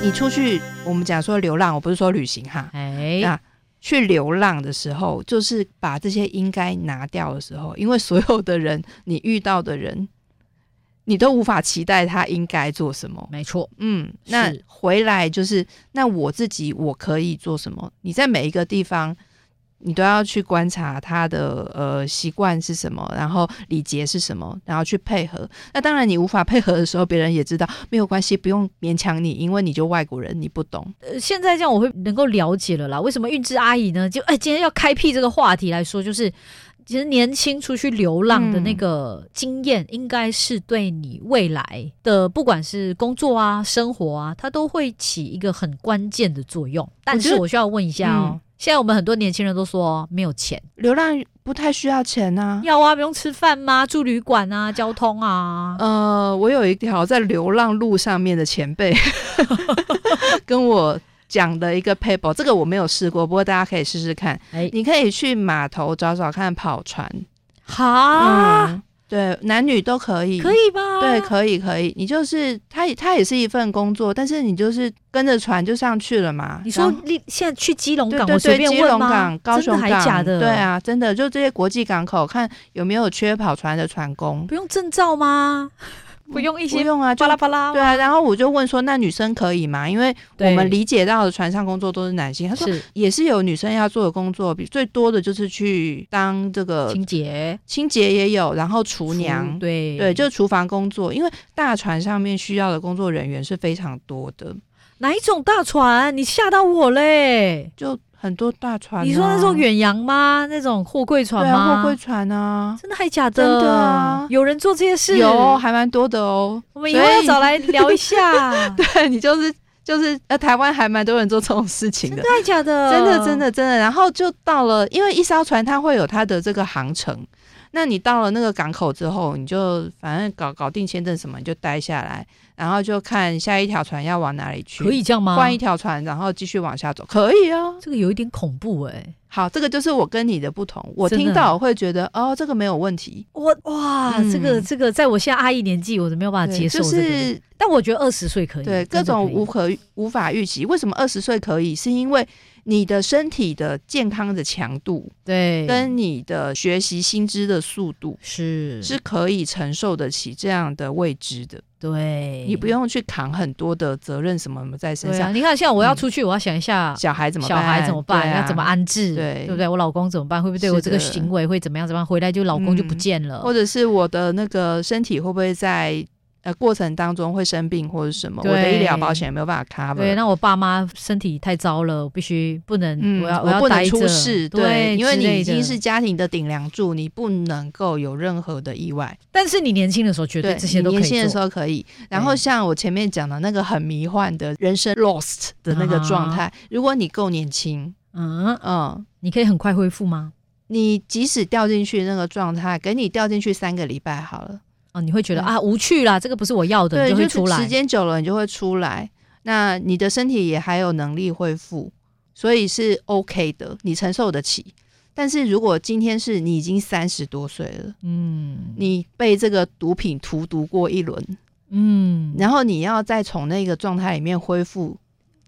[SPEAKER 2] 你出去，我们讲说流浪，我不是说旅行哈，
[SPEAKER 1] 哎、
[SPEAKER 2] 那去流浪的时候，就是把这些应该拿掉的时候，因为所有的人，你遇到的人，你都无法期待他应该做什么。
[SPEAKER 1] 没错，
[SPEAKER 2] 嗯，那
[SPEAKER 1] 是
[SPEAKER 2] 回来就是，那我自己我可以做什么？你在每一个地方，你都要去观察他的呃习惯是什么，然后礼节是什么，然后去配合。那当然，你无法配合的时候，别人也知道没有关系，不用勉强你，因为你就外国人，你不懂。
[SPEAKER 1] 呃现在这样我会能够了解了啦。为什么韵之阿姨呢？就哎、今天要开辟这个话题来说，就是其实年轻出去流浪的那个经验，应该是对你未来的不管是工作啊、生活啊，它都会起一个很关键的作用。但
[SPEAKER 2] 觉
[SPEAKER 1] 是
[SPEAKER 2] 得
[SPEAKER 1] 我需要问一下哦。
[SPEAKER 2] 嗯
[SPEAKER 1] 现在我们很多年轻人都说哦没有钱，
[SPEAKER 2] 流浪不太需要钱呐、
[SPEAKER 1] 要啊，不用吃饭吗？住旅馆啊，交通啊，
[SPEAKER 2] 呃，我有一条在流浪路上面的前辈 跟我讲的一个 paper，这个我没有试过，不过大家可以试试看。
[SPEAKER 1] 哎、
[SPEAKER 2] 你可以去码头找找看跑船
[SPEAKER 1] 哈，
[SPEAKER 2] 嗯，对，男女都可以，
[SPEAKER 1] 啊可。以啊吧？
[SPEAKER 2] 对，可以可以，你就是它也，它也是一份工作，但是你就是跟着船就上去了嘛。
[SPEAKER 1] 你说
[SPEAKER 2] 然后
[SPEAKER 1] 你现在去基隆
[SPEAKER 2] 对
[SPEAKER 1] 港，
[SPEAKER 2] 对
[SPEAKER 1] 我随
[SPEAKER 2] 对，
[SPEAKER 1] 便
[SPEAKER 2] 基
[SPEAKER 1] 问
[SPEAKER 2] 隆
[SPEAKER 1] 吗
[SPEAKER 2] 港、高
[SPEAKER 1] 真
[SPEAKER 2] 雄
[SPEAKER 1] 的还
[SPEAKER 2] 港，
[SPEAKER 1] 假的？
[SPEAKER 2] 对，啊，真的就这些国际港口，看有没有缺跑船的船工。
[SPEAKER 1] 不用证照吗？不用一
[SPEAKER 2] 不
[SPEAKER 1] 些
[SPEAKER 2] 用啊，就
[SPEAKER 1] 巴拉巴拉
[SPEAKER 2] 对
[SPEAKER 1] 吗？
[SPEAKER 2] 啊，然后我就问说，那女生可以吗？因为我
[SPEAKER 1] 对
[SPEAKER 2] 们理解到的船上工作都是男啊性，他说
[SPEAKER 1] 是
[SPEAKER 2] 也是有女生要做的工作，比最多的就是去当这个
[SPEAKER 1] 清洁
[SPEAKER 2] 清洁也有，然后呃厨娘。
[SPEAKER 1] 对
[SPEAKER 2] 对，就厨房工作，因为大船上面需要的工作人员是非常多的，
[SPEAKER 1] 哪一种大船？你吓到我嘞！
[SPEAKER 2] 就很多大船啊、
[SPEAKER 1] 你说那种远洋吗？那种货柜船
[SPEAKER 2] 对啊，
[SPEAKER 1] 吗？
[SPEAKER 2] 货柜船啊，
[SPEAKER 1] 真的还假的？
[SPEAKER 2] 真的啊
[SPEAKER 1] 有人做这些事？
[SPEAKER 2] 有还蛮多的哦。
[SPEAKER 1] 我们以后要找来聊一下。真
[SPEAKER 2] 对你就是就是呃，台湾还蛮多人做这种事情的
[SPEAKER 1] 的，还假的？
[SPEAKER 2] 真的，真。的，真的。然后就到了，因为一艘船它会有它的这个航程，那你到了那个港口之后，你就反正搞搞定签证什么，你就待下来，然后就看下一条船要往哪里去，
[SPEAKER 1] 可以这样吗？
[SPEAKER 2] 换一条船，然后继续往下走，可以啊。
[SPEAKER 1] 这个有一点恐怖哎、
[SPEAKER 2] 好，这个就是我跟你的不同，我
[SPEAKER 1] 真的
[SPEAKER 2] 听到我会觉得哦，这个没有问题，
[SPEAKER 1] 我哇，
[SPEAKER 2] 嗯
[SPEAKER 1] 这个这个，在我现在阿姨年纪，我都没有办法
[SPEAKER 2] 对
[SPEAKER 1] 啊接受
[SPEAKER 2] 就
[SPEAKER 1] 这个东西。
[SPEAKER 2] 是
[SPEAKER 1] 但我觉得二十岁可以，
[SPEAKER 2] 对各
[SPEAKER 1] 真的
[SPEAKER 2] 种
[SPEAKER 1] 可以
[SPEAKER 2] 无可无法预期。为什么二十岁可以？是因为你的身体的健康的强度
[SPEAKER 1] 对
[SPEAKER 2] 跟你的学习新知的速度。
[SPEAKER 1] 是
[SPEAKER 2] 是可以承受得起这样的未知的，
[SPEAKER 1] 对，
[SPEAKER 2] 你不用去扛很多的责任什么什么在身
[SPEAKER 1] 对啊。
[SPEAKER 2] 上。
[SPEAKER 1] 你看，现在我要
[SPEAKER 2] 嗯
[SPEAKER 1] 出去，我要想一下
[SPEAKER 2] 小孩怎么
[SPEAKER 1] 小
[SPEAKER 2] 办？
[SPEAKER 1] 孩怎么办，
[SPEAKER 2] 对啊
[SPEAKER 1] 要怎么，安置，
[SPEAKER 2] 对
[SPEAKER 1] 对不对？我老公怎么办？会不会对我
[SPEAKER 2] 是
[SPEAKER 1] 这个
[SPEAKER 2] 的
[SPEAKER 1] 行为会怎么样？怎么样？回来就老公就不
[SPEAKER 2] 嗯
[SPEAKER 1] 见了，
[SPEAKER 2] 或者是我的那个身体会不会在呃过程当中会生病或者什么？我的
[SPEAKER 1] 对
[SPEAKER 2] 医疗保险有没有办法 cover？
[SPEAKER 1] 对，那我爸妈身体太糟了，我必须不能，
[SPEAKER 2] 嗯，
[SPEAKER 1] 我要
[SPEAKER 2] 我
[SPEAKER 1] 要
[SPEAKER 2] 不能
[SPEAKER 1] 待着
[SPEAKER 2] 出事，
[SPEAKER 1] 对，
[SPEAKER 2] 因为
[SPEAKER 1] 之
[SPEAKER 2] 你
[SPEAKER 1] 类
[SPEAKER 2] 已经
[SPEAKER 1] 的
[SPEAKER 2] 是。家庭的顶梁柱，你不能够有任何的意外。
[SPEAKER 1] 但是你年轻的时候绝
[SPEAKER 2] 对，
[SPEAKER 1] 这些
[SPEAKER 2] 你
[SPEAKER 1] 都可以
[SPEAKER 2] 年轻的时
[SPEAKER 1] 做，
[SPEAKER 2] 候可以。然后
[SPEAKER 1] 对
[SPEAKER 2] 像我前面讲的那个很迷幻的人生 lost 的那个状
[SPEAKER 1] 啊
[SPEAKER 2] 态，如果你够年轻，
[SPEAKER 1] 嗯，
[SPEAKER 2] 嗯，
[SPEAKER 1] 你可以很快恢复吗？
[SPEAKER 2] 你即使掉进去那个状态，给你掉进去三个礼拜好了，
[SPEAKER 1] 啊，你会觉得
[SPEAKER 2] 对
[SPEAKER 1] 啊无趣啦，这个不是我要的，
[SPEAKER 2] 嗯对，
[SPEAKER 1] 你
[SPEAKER 2] 就
[SPEAKER 1] 会
[SPEAKER 2] 是
[SPEAKER 1] 出来
[SPEAKER 2] 时。间久了，你就会出来。那你的身体也还有能力恢复，所以是 OK 的，你承受得起。但是如果今天是你已经三十多岁了，
[SPEAKER 1] 嗯
[SPEAKER 2] 你被这个毒品荼毒过一轮，
[SPEAKER 1] 嗯，
[SPEAKER 2] 然后你要再从那个状态里面恢复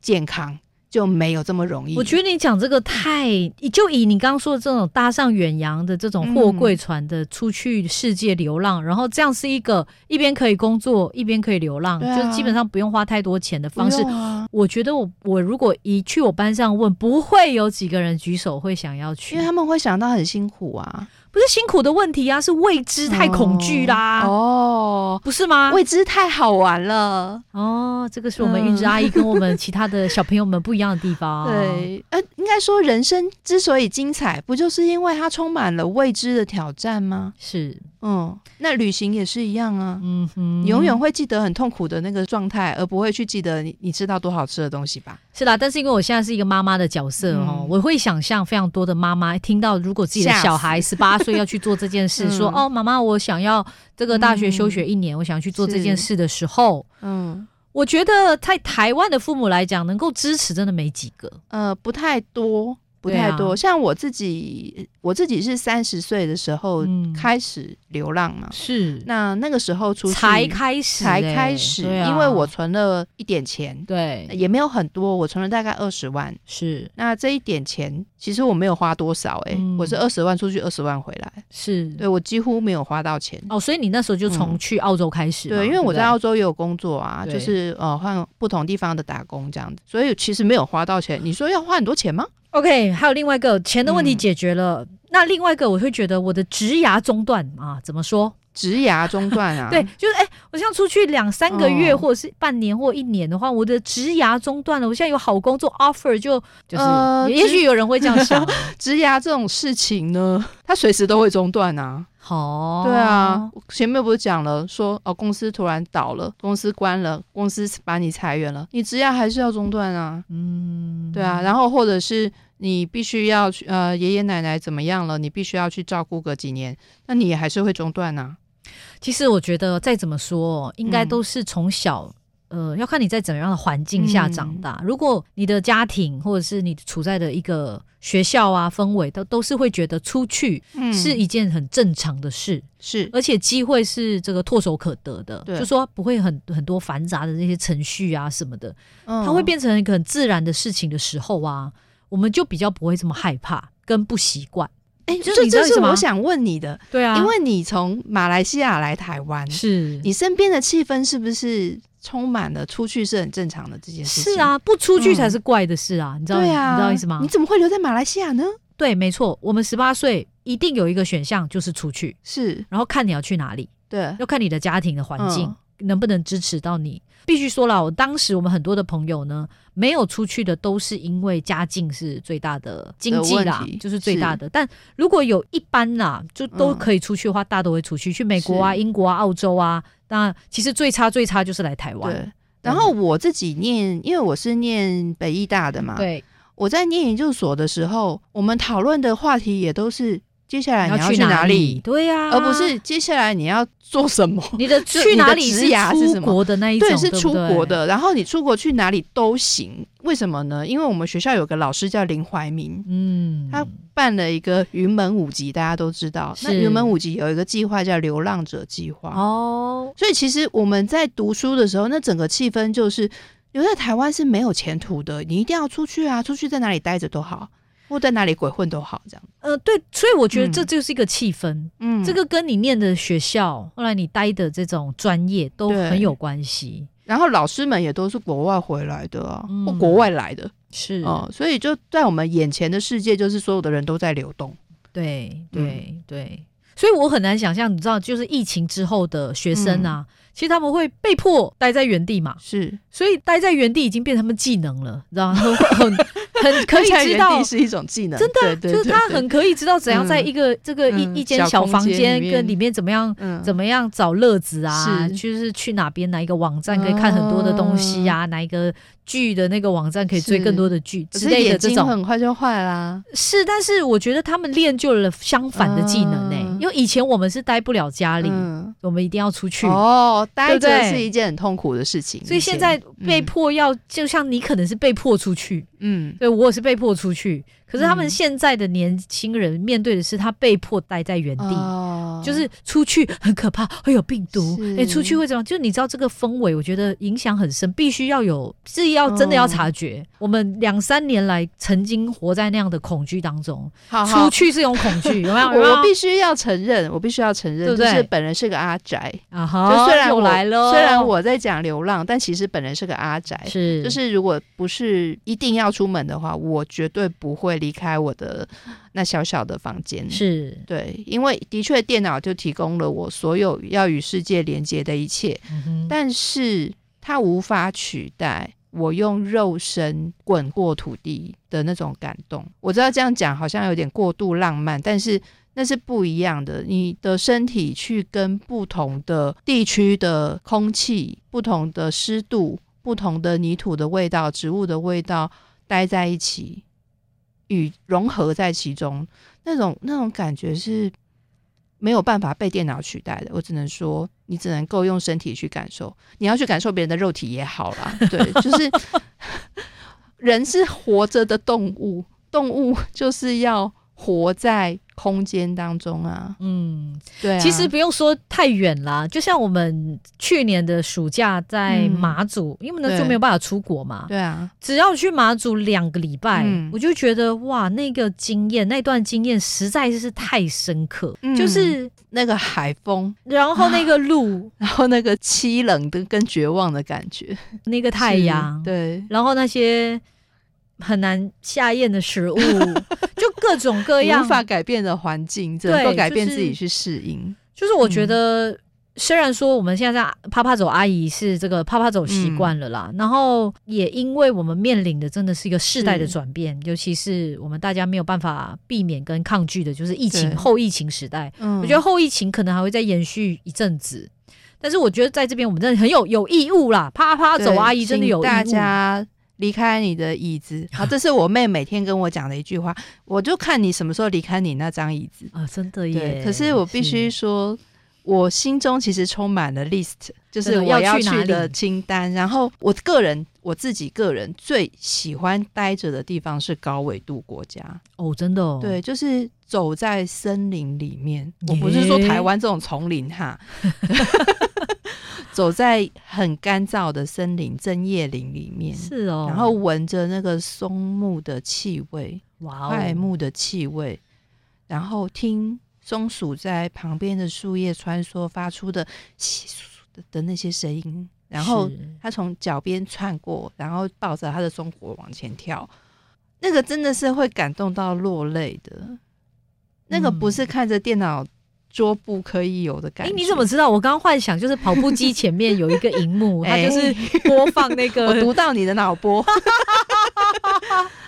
[SPEAKER 2] 健康，就没有这么容易。
[SPEAKER 1] 我觉得你讲这个太，就以你刚刚说的这种搭上远洋的这种货
[SPEAKER 2] 嗯
[SPEAKER 1] 柜船的出去世界流浪，然后这样是一个一边可以工作，一边可以流浪，
[SPEAKER 2] 对啊
[SPEAKER 1] 就基本上不用花太多钱的方式
[SPEAKER 2] 不。用啊
[SPEAKER 1] 我觉得我我如果一去我班上问，不会有几个人举手会想要去
[SPEAKER 2] 因为，他们会想到很辛苦啊。
[SPEAKER 1] 不是辛苦的问题啊，是未知太恐惧啦，
[SPEAKER 2] 哦，
[SPEAKER 1] 不是吗？
[SPEAKER 2] 未知太好玩了。
[SPEAKER 1] 哦，这个是我
[SPEAKER 2] 嗯
[SPEAKER 1] 们韵之阿姨跟我们其他 的小朋友们不一样的地方。，
[SPEAKER 2] 对，呃，应该说人生之所以精彩，不就是因为它充满了未知的挑战吗？
[SPEAKER 1] 是，
[SPEAKER 2] 嗯，那旅行也是一样啊。
[SPEAKER 1] 嗯哼
[SPEAKER 2] 你永远会记得很痛苦的那个状态，而不会去记得你你吃到多好吃的东西吧？
[SPEAKER 1] 是啦。但是因为我现在是一个妈妈的角色哦，
[SPEAKER 2] 嗯
[SPEAKER 1] 我会想象非常多的妈妈听到，如果自己的
[SPEAKER 2] 吓死
[SPEAKER 1] 小孩十八岁要去做这件事，
[SPEAKER 2] 嗯
[SPEAKER 1] 说哦，妈妈，我想要这个大学休学一年，我想去做这件事的时候。
[SPEAKER 2] 嗯，
[SPEAKER 1] 我觉得在台湾的父母来讲，能够支持真的没几个。
[SPEAKER 2] 呃，不太多，不
[SPEAKER 1] 对啊
[SPEAKER 2] 太多。像我自己，我自己是三十岁的时候
[SPEAKER 1] 嗯
[SPEAKER 2] 开始流浪嘛，
[SPEAKER 1] 是
[SPEAKER 2] 那那个时候出去
[SPEAKER 1] 才开始、
[SPEAKER 2] 才
[SPEAKER 1] 欸
[SPEAKER 2] 开始，
[SPEAKER 1] 对啊
[SPEAKER 2] 因为我存了一点钱，
[SPEAKER 1] 对
[SPEAKER 2] 也没有很多，我存了大概二十万。
[SPEAKER 1] 是
[SPEAKER 2] 那这一点钱，其实我没有花多少、欸，
[SPEAKER 1] 嗯
[SPEAKER 2] 我是二十万出去，二十万回来，
[SPEAKER 1] 是
[SPEAKER 2] 对我几乎没有花到钱。
[SPEAKER 1] 哦，所以你那时候就从
[SPEAKER 2] 嗯
[SPEAKER 1] 去澳洲开始嘛、
[SPEAKER 2] 对，因为我
[SPEAKER 1] 不
[SPEAKER 2] 在澳洲也有工作啊，
[SPEAKER 1] 对
[SPEAKER 2] 就是呃换不同地方的打工这样子，所以其实没有花到钱。你说要花很多钱吗？
[SPEAKER 1] OK，还有另外一个钱的问题
[SPEAKER 2] 嗯
[SPEAKER 1] 解决了。那另外一个，我会觉得我的职涯中断啊，怎么说？
[SPEAKER 2] 植牙中断啊，
[SPEAKER 1] 对，，就是哎、我像出去两三个月，
[SPEAKER 2] 哦
[SPEAKER 1] 或者是半年或一年的话，我的职涯中断了。我现在有好工作 offer，就就是、
[SPEAKER 2] 呃
[SPEAKER 1] 也也
[SPEAKER 2] 职
[SPEAKER 1] 许有人会这样 想啊。
[SPEAKER 2] 植牙这种事情呢，它随时都会中断啊。
[SPEAKER 1] 好，
[SPEAKER 2] 对啊，，我前面不是讲了说哦，公司突然倒了，公司关了，公司把你裁员了，你职涯还是要中断啊。
[SPEAKER 1] 嗯，
[SPEAKER 2] 对啊，然后或者是你必须要去呃爷爷奶奶怎么样了，你必须要去照顾个几年，那你也还是会中断啊呐、
[SPEAKER 1] 其实我觉得再怎么说，应该
[SPEAKER 2] 嗯
[SPEAKER 1] 都是从小。呃，要看你在怎么样的环境下长大。
[SPEAKER 2] 嗯
[SPEAKER 1] 如果你的家庭或者是你处在的一个学校啊氛围，都都是会觉得出去
[SPEAKER 2] 嗯
[SPEAKER 1] 是一件很正常的事，
[SPEAKER 2] 是，
[SPEAKER 1] 而且机会是这个唾手可得的，
[SPEAKER 2] 对
[SPEAKER 1] 就说不会很很多繁杂的那些程序啊什么的，
[SPEAKER 2] 嗯
[SPEAKER 1] 它会变成一个很自然的事情的时候啊，我们就比较不会这么害怕跟不习惯。
[SPEAKER 2] 哎，
[SPEAKER 1] 就
[SPEAKER 2] 这
[SPEAKER 1] 你知道为
[SPEAKER 2] 这是
[SPEAKER 1] 什么
[SPEAKER 2] 我想问你的，
[SPEAKER 1] 对啊
[SPEAKER 2] 因为你从马来西亚来台湾，
[SPEAKER 1] 是
[SPEAKER 2] 你身边的气氛是不是充满了出去是很正常的这件事情？嗯
[SPEAKER 1] 是，啊，不出去才是怪的事啊，你知道、
[SPEAKER 2] 对啊，
[SPEAKER 1] 你知道意思吗
[SPEAKER 2] 你？怎么会留在马来西亚呢？
[SPEAKER 1] 对，没错，我们十八岁一定有一个选项就是出去，
[SPEAKER 2] 是
[SPEAKER 1] 然后看你要去哪里，
[SPEAKER 2] 对，
[SPEAKER 1] 要看你的家庭的环境。
[SPEAKER 2] 嗯
[SPEAKER 1] 能不能支持到你？必须说了，我当时我们很多的朋友呢，没有出去的都是因为家境是最大的经济啦
[SPEAKER 2] 的问题，嗯
[SPEAKER 1] 就是最大的。但如果有一般啦，就都可以出去的话，大家都会出去，去美国啊、
[SPEAKER 2] 是
[SPEAKER 1] 英国啊、澳洲啊。那其实最差最差就是来台湾，
[SPEAKER 2] 对。然后我自己念，因为我是念北医大的嘛，
[SPEAKER 1] 对，
[SPEAKER 2] 我在念研究所的时候，我们讨论的话题也都是接下来哎你要去哪里，
[SPEAKER 1] 对啊呀、
[SPEAKER 2] 而不是接下来你要做什么。
[SPEAKER 1] 你的
[SPEAKER 2] 就
[SPEAKER 1] 去
[SPEAKER 2] 你的
[SPEAKER 1] 哪里
[SPEAKER 2] 职涯是
[SPEAKER 1] 出
[SPEAKER 2] 什么
[SPEAKER 1] 国的那一种，
[SPEAKER 2] 对，是
[SPEAKER 1] 不
[SPEAKER 2] 出国
[SPEAKER 1] 对。
[SPEAKER 2] 的。然后你出国去哪里都行，为什么呢？因为我们学校有个老师叫林怀民，
[SPEAKER 1] 嗯，
[SPEAKER 2] 他办了一个云门舞集，大家都知道。那
[SPEAKER 1] 是
[SPEAKER 2] 云门舞集有一个计划叫“流浪者计划”，
[SPEAKER 1] 哦，
[SPEAKER 2] 所以其实我们在读书的时候，那整个气氛就是留在台湾是没有前途的，你一定要出去啊！出去在哪里待着都好，或在哪里鬼混都好，这样。
[SPEAKER 1] 呃，对，所以我觉得这
[SPEAKER 2] 嗯
[SPEAKER 1] 就是一个气氛。
[SPEAKER 2] 嗯
[SPEAKER 1] 这个跟你念的学校，后来你待的这种专业都
[SPEAKER 2] 对
[SPEAKER 1] 很有关系。
[SPEAKER 2] 然后老师们也都是国外回来的啊，
[SPEAKER 1] 嗯
[SPEAKER 2] 或国外来的
[SPEAKER 1] 是
[SPEAKER 2] 哦、所以就在我们眼前的世界，就是所有的人都在流动。
[SPEAKER 1] 对
[SPEAKER 2] 嗯
[SPEAKER 1] 对、对，所以我很难想象，你知道，就是疫情之后的学生
[SPEAKER 2] 嗯
[SPEAKER 1] 啊，其实他们会被迫待在原地嘛，
[SPEAKER 2] 是，
[SPEAKER 1] 所以待在原地已经变成他们技能了，你知道吗， 很 很很可以
[SPEAKER 2] 在
[SPEAKER 1] 知
[SPEAKER 2] 原
[SPEAKER 1] 道
[SPEAKER 2] 地。是一种技能，
[SPEAKER 1] 真
[SPEAKER 2] 的，对对
[SPEAKER 1] 就是他
[SPEAKER 2] 对
[SPEAKER 1] 很可以知道怎样在一个、这个一、
[SPEAKER 2] 嗯
[SPEAKER 1] 一间
[SPEAKER 2] 小
[SPEAKER 1] 小
[SPEAKER 2] 空
[SPEAKER 1] 房
[SPEAKER 2] 间
[SPEAKER 1] 间
[SPEAKER 2] 里面
[SPEAKER 1] 跟里面怎么样
[SPEAKER 2] 嗯
[SPEAKER 1] 怎么样找乐子啊？
[SPEAKER 2] 是
[SPEAKER 1] 就是去哪边哪一个网站可以看很多的东西啊？哪一个剧的那个网站可以追
[SPEAKER 2] 哦是
[SPEAKER 1] 更多的剧
[SPEAKER 2] 可
[SPEAKER 1] 之
[SPEAKER 2] 是
[SPEAKER 1] 类的
[SPEAKER 2] 眼
[SPEAKER 1] 这
[SPEAKER 2] 睛
[SPEAKER 1] 种
[SPEAKER 2] 很快就坏啦。
[SPEAKER 1] 是，但是我觉得他们练就了相反的技能呢、欸
[SPEAKER 2] 嗯
[SPEAKER 1] 因为以前我们是待不了家里，
[SPEAKER 2] 嗯
[SPEAKER 1] 我们一定要出去。
[SPEAKER 2] 哦，待
[SPEAKER 1] 对不
[SPEAKER 2] 着
[SPEAKER 1] 对
[SPEAKER 2] 是一件很痛苦的事情。
[SPEAKER 1] 所以
[SPEAKER 2] 前
[SPEAKER 1] 现在被
[SPEAKER 2] 嗯
[SPEAKER 1] 迫要，就像你可能是被迫出去，
[SPEAKER 2] 嗯，
[SPEAKER 1] 对我也是被迫出去。可是他们
[SPEAKER 2] 嗯
[SPEAKER 1] 现在的年轻人面对的是他被迫待在原地，
[SPEAKER 2] 哦哦
[SPEAKER 1] 就是出去很可怕，会有病毒，
[SPEAKER 2] 是
[SPEAKER 1] 哎、出去会怎么样？就你知道这个氛围，我觉得影响很深，必须要有，自己要真的要察觉。
[SPEAKER 2] 哦
[SPEAKER 1] 我们两三年来曾经活在那样的恐惧当中，
[SPEAKER 2] 好好
[SPEAKER 1] 出去是一种恐 惧，有没有？有没
[SPEAKER 2] 啊我
[SPEAKER 1] 有
[SPEAKER 2] 我必须要承认，我必须要承认，
[SPEAKER 1] 啊对不对
[SPEAKER 2] 就是本人是个阿宅。
[SPEAKER 1] 啊
[SPEAKER 2] 就
[SPEAKER 1] 哈，
[SPEAKER 2] 虽然
[SPEAKER 1] 又
[SPEAKER 2] 我
[SPEAKER 1] 来了，
[SPEAKER 2] 虽然我在讲流浪，但其实本人是个阿宅。
[SPEAKER 1] 是
[SPEAKER 2] 就是如果不是一定要出门的话，我绝对不会离开我的那小小的房间。
[SPEAKER 1] 是，
[SPEAKER 2] 对，因为的确电脑就提供了我所有要与世界连接的一切，
[SPEAKER 1] 嗯哼
[SPEAKER 2] 但是它无法取代。我用肉身滚过土地的那种感动，我知道这样讲好像有点过度浪漫，但是那是不一样的。你的身体去跟不同的地区的空气、不同的湿度、不同的泥土的味道、植物的味道待在一起，与融合在其中，那种那种感觉是没有办法被电脑取代的。我只能说，你只能够用身体去感受，你要去感受别人的肉体也好 啦。对，就是 人是活着的动物，动物就是要活在空间当中啊。
[SPEAKER 1] 嗯，
[SPEAKER 2] 对啊
[SPEAKER 1] 其实不用说太远啦，就像我们去年的暑假在
[SPEAKER 2] 嗯
[SPEAKER 1] 马祖，因为呢
[SPEAKER 2] 对
[SPEAKER 1] 就没有办法出国嘛，
[SPEAKER 2] 对啊，
[SPEAKER 1] 只要去马祖两个礼拜，
[SPEAKER 2] 嗯
[SPEAKER 1] 我就觉得哇，那个经验，那段经验实在是太深刻，
[SPEAKER 2] 嗯
[SPEAKER 1] 就是
[SPEAKER 2] 那个海风，
[SPEAKER 1] 然后那个 路，
[SPEAKER 2] 然后那个凄冷的跟绝望的感觉，
[SPEAKER 1] 那个太阳，
[SPEAKER 2] 是，对。
[SPEAKER 1] 然后那些很难下咽的 食物，就各种各样
[SPEAKER 2] 无，法改变的环境，只能
[SPEAKER 1] 对
[SPEAKER 2] 够改变
[SPEAKER 1] 就是
[SPEAKER 2] 自己去适应。
[SPEAKER 1] 就是我觉
[SPEAKER 2] 嗯
[SPEAKER 1] 得。虽然说我们现在在啪啪走阿姨是这个啪啪走习惯了
[SPEAKER 2] 嗯
[SPEAKER 1] 啦，然后也因为我们面临的真的是一个世代的
[SPEAKER 2] 是
[SPEAKER 1] 转变，尤其是我们大家没有办法避免跟抗拒的，就是疫情
[SPEAKER 2] 对
[SPEAKER 1] 后疫情时代，
[SPEAKER 2] 嗯
[SPEAKER 1] 我觉得后疫情可能还会再延续一阵子，但是我觉得在这边我们真的很有有义务啦，啪啪
[SPEAKER 2] 对
[SPEAKER 1] 走阿姨真的
[SPEAKER 2] 请
[SPEAKER 1] 有义务，
[SPEAKER 2] 大家离开你的 椅子。好，这是我妹每天跟我讲的一句话，我就看你什么时候离开你那张椅子。
[SPEAKER 1] 啊，真的耶
[SPEAKER 2] 对，。可是我必须
[SPEAKER 1] 是
[SPEAKER 2] 说，我心中其实充满了 list，就
[SPEAKER 1] 真
[SPEAKER 2] 是
[SPEAKER 1] 的
[SPEAKER 2] 我
[SPEAKER 1] 要
[SPEAKER 2] 要
[SPEAKER 1] 去哪
[SPEAKER 2] 去的
[SPEAKER 1] 里
[SPEAKER 2] 清单。然后我个人，我自己个人最喜欢待着的地方是高纬度国家。
[SPEAKER 1] 哦，真的哦，
[SPEAKER 2] 对，就是走在森林里面，我不是说
[SPEAKER 1] 耶
[SPEAKER 2] 台湾这种丛林哈， 走在很干燥的森林、针叶林里面，
[SPEAKER 1] 是哦。
[SPEAKER 2] 然后闻着那个松木的气味、
[SPEAKER 1] 哇
[SPEAKER 2] 块
[SPEAKER 1] 哦，
[SPEAKER 2] 木的气味，然后听松鼠在旁边的树叶穿梭发出的窸窣窣的的那些声音，然后
[SPEAKER 1] 是
[SPEAKER 2] 他从脚边窜过，然后抱着他的松果往前跳，那个真的是会感动到落泪的。那个不是看着电脑桌布可以有的感
[SPEAKER 1] 哎、
[SPEAKER 2] 觉。
[SPEAKER 1] 嗯你怎么知道？我刚刚幻想就是跑步机前面有一个荧幕，它
[SPEAKER 2] 哎
[SPEAKER 1] 就是播放那
[SPEAKER 2] 我
[SPEAKER 1] 个
[SPEAKER 2] 读到你的脑波？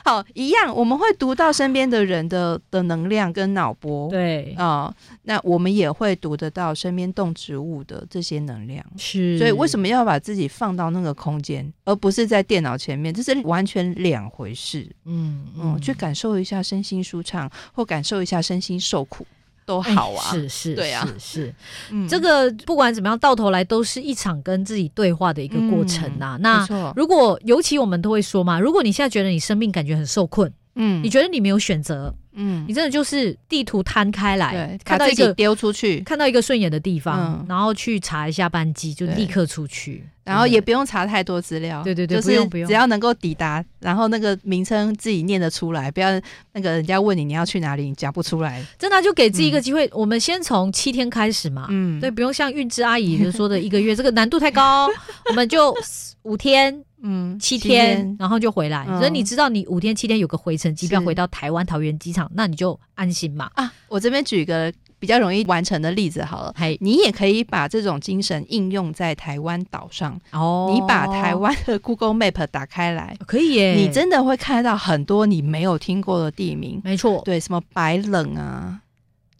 [SPEAKER 2] 好，一样，我们会读到身边的人的的能量跟脑波。
[SPEAKER 1] 对，
[SPEAKER 2] 啊、那我们也会读得到身边动植物的这些能量。
[SPEAKER 1] 是。
[SPEAKER 2] 所以为什
[SPEAKER 1] 么？
[SPEAKER 2] 么要把自己放到那个空间，而不是在电脑前面？这是完全两回事。
[SPEAKER 1] 嗯
[SPEAKER 2] 嗯，去感受一下身心舒畅，或感受一下身心受苦，都
[SPEAKER 1] 哎
[SPEAKER 2] 好啊。
[SPEAKER 1] 是是，
[SPEAKER 2] 对啊
[SPEAKER 1] 是是。
[SPEAKER 2] 嗯
[SPEAKER 1] 这个不管怎么样，到头来都是一场跟自己对话的一个过程呐、那
[SPEAKER 2] 没错，
[SPEAKER 1] 如果尤其我们都会说嘛，如果你现在觉得你生命感觉很受困，
[SPEAKER 2] 嗯
[SPEAKER 1] 你觉得你没有选择，
[SPEAKER 2] 嗯
[SPEAKER 1] 你真的就是地图摊开来
[SPEAKER 2] 对，，
[SPEAKER 1] 看
[SPEAKER 2] 把
[SPEAKER 1] 到一
[SPEAKER 2] 自己
[SPEAKER 1] 个
[SPEAKER 2] 丢出去，
[SPEAKER 1] 看到一个顺眼的地方，
[SPEAKER 2] 嗯
[SPEAKER 1] 然后去查一下班机，就
[SPEAKER 2] 对
[SPEAKER 1] 立刻出去，
[SPEAKER 2] 然后也
[SPEAKER 1] 真的
[SPEAKER 2] 不用查太多资料，
[SPEAKER 1] 嗯对对对
[SPEAKER 2] 就
[SPEAKER 1] 不用
[SPEAKER 2] 是
[SPEAKER 1] 不用
[SPEAKER 2] 只要能够抵达，然后那个名称自己念得出来，不要那个人家问你你要去哪里，你讲不出来。
[SPEAKER 1] 真的啊就给自己一个机会。我们先从七天开始嘛，
[SPEAKER 2] 嗯，
[SPEAKER 1] 对，，不用像韵之阿姨说的一个月，这个难度太 高，我们就五天
[SPEAKER 2] 嗯，
[SPEAKER 1] 七天，，啊然后就回来。
[SPEAKER 2] 嗯
[SPEAKER 1] 所以你知道你五天七天有个回程机票
[SPEAKER 2] 是
[SPEAKER 1] 回到台湾桃园机场，那你就安心嘛。
[SPEAKER 2] 啊，我这边举一个比较容易完成的例子好了。
[SPEAKER 1] 嘿，
[SPEAKER 2] 你也可以把这种精神应用在台湾岛上，
[SPEAKER 1] 哦
[SPEAKER 2] 你把台湾的 Google Map 打开来，
[SPEAKER 1] 可以耶，
[SPEAKER 2] 你真的会看到很多你没有听过的地名，
[SPEAKER 1] 没错，
[SPEAKER 2] 对，什么白冷啊，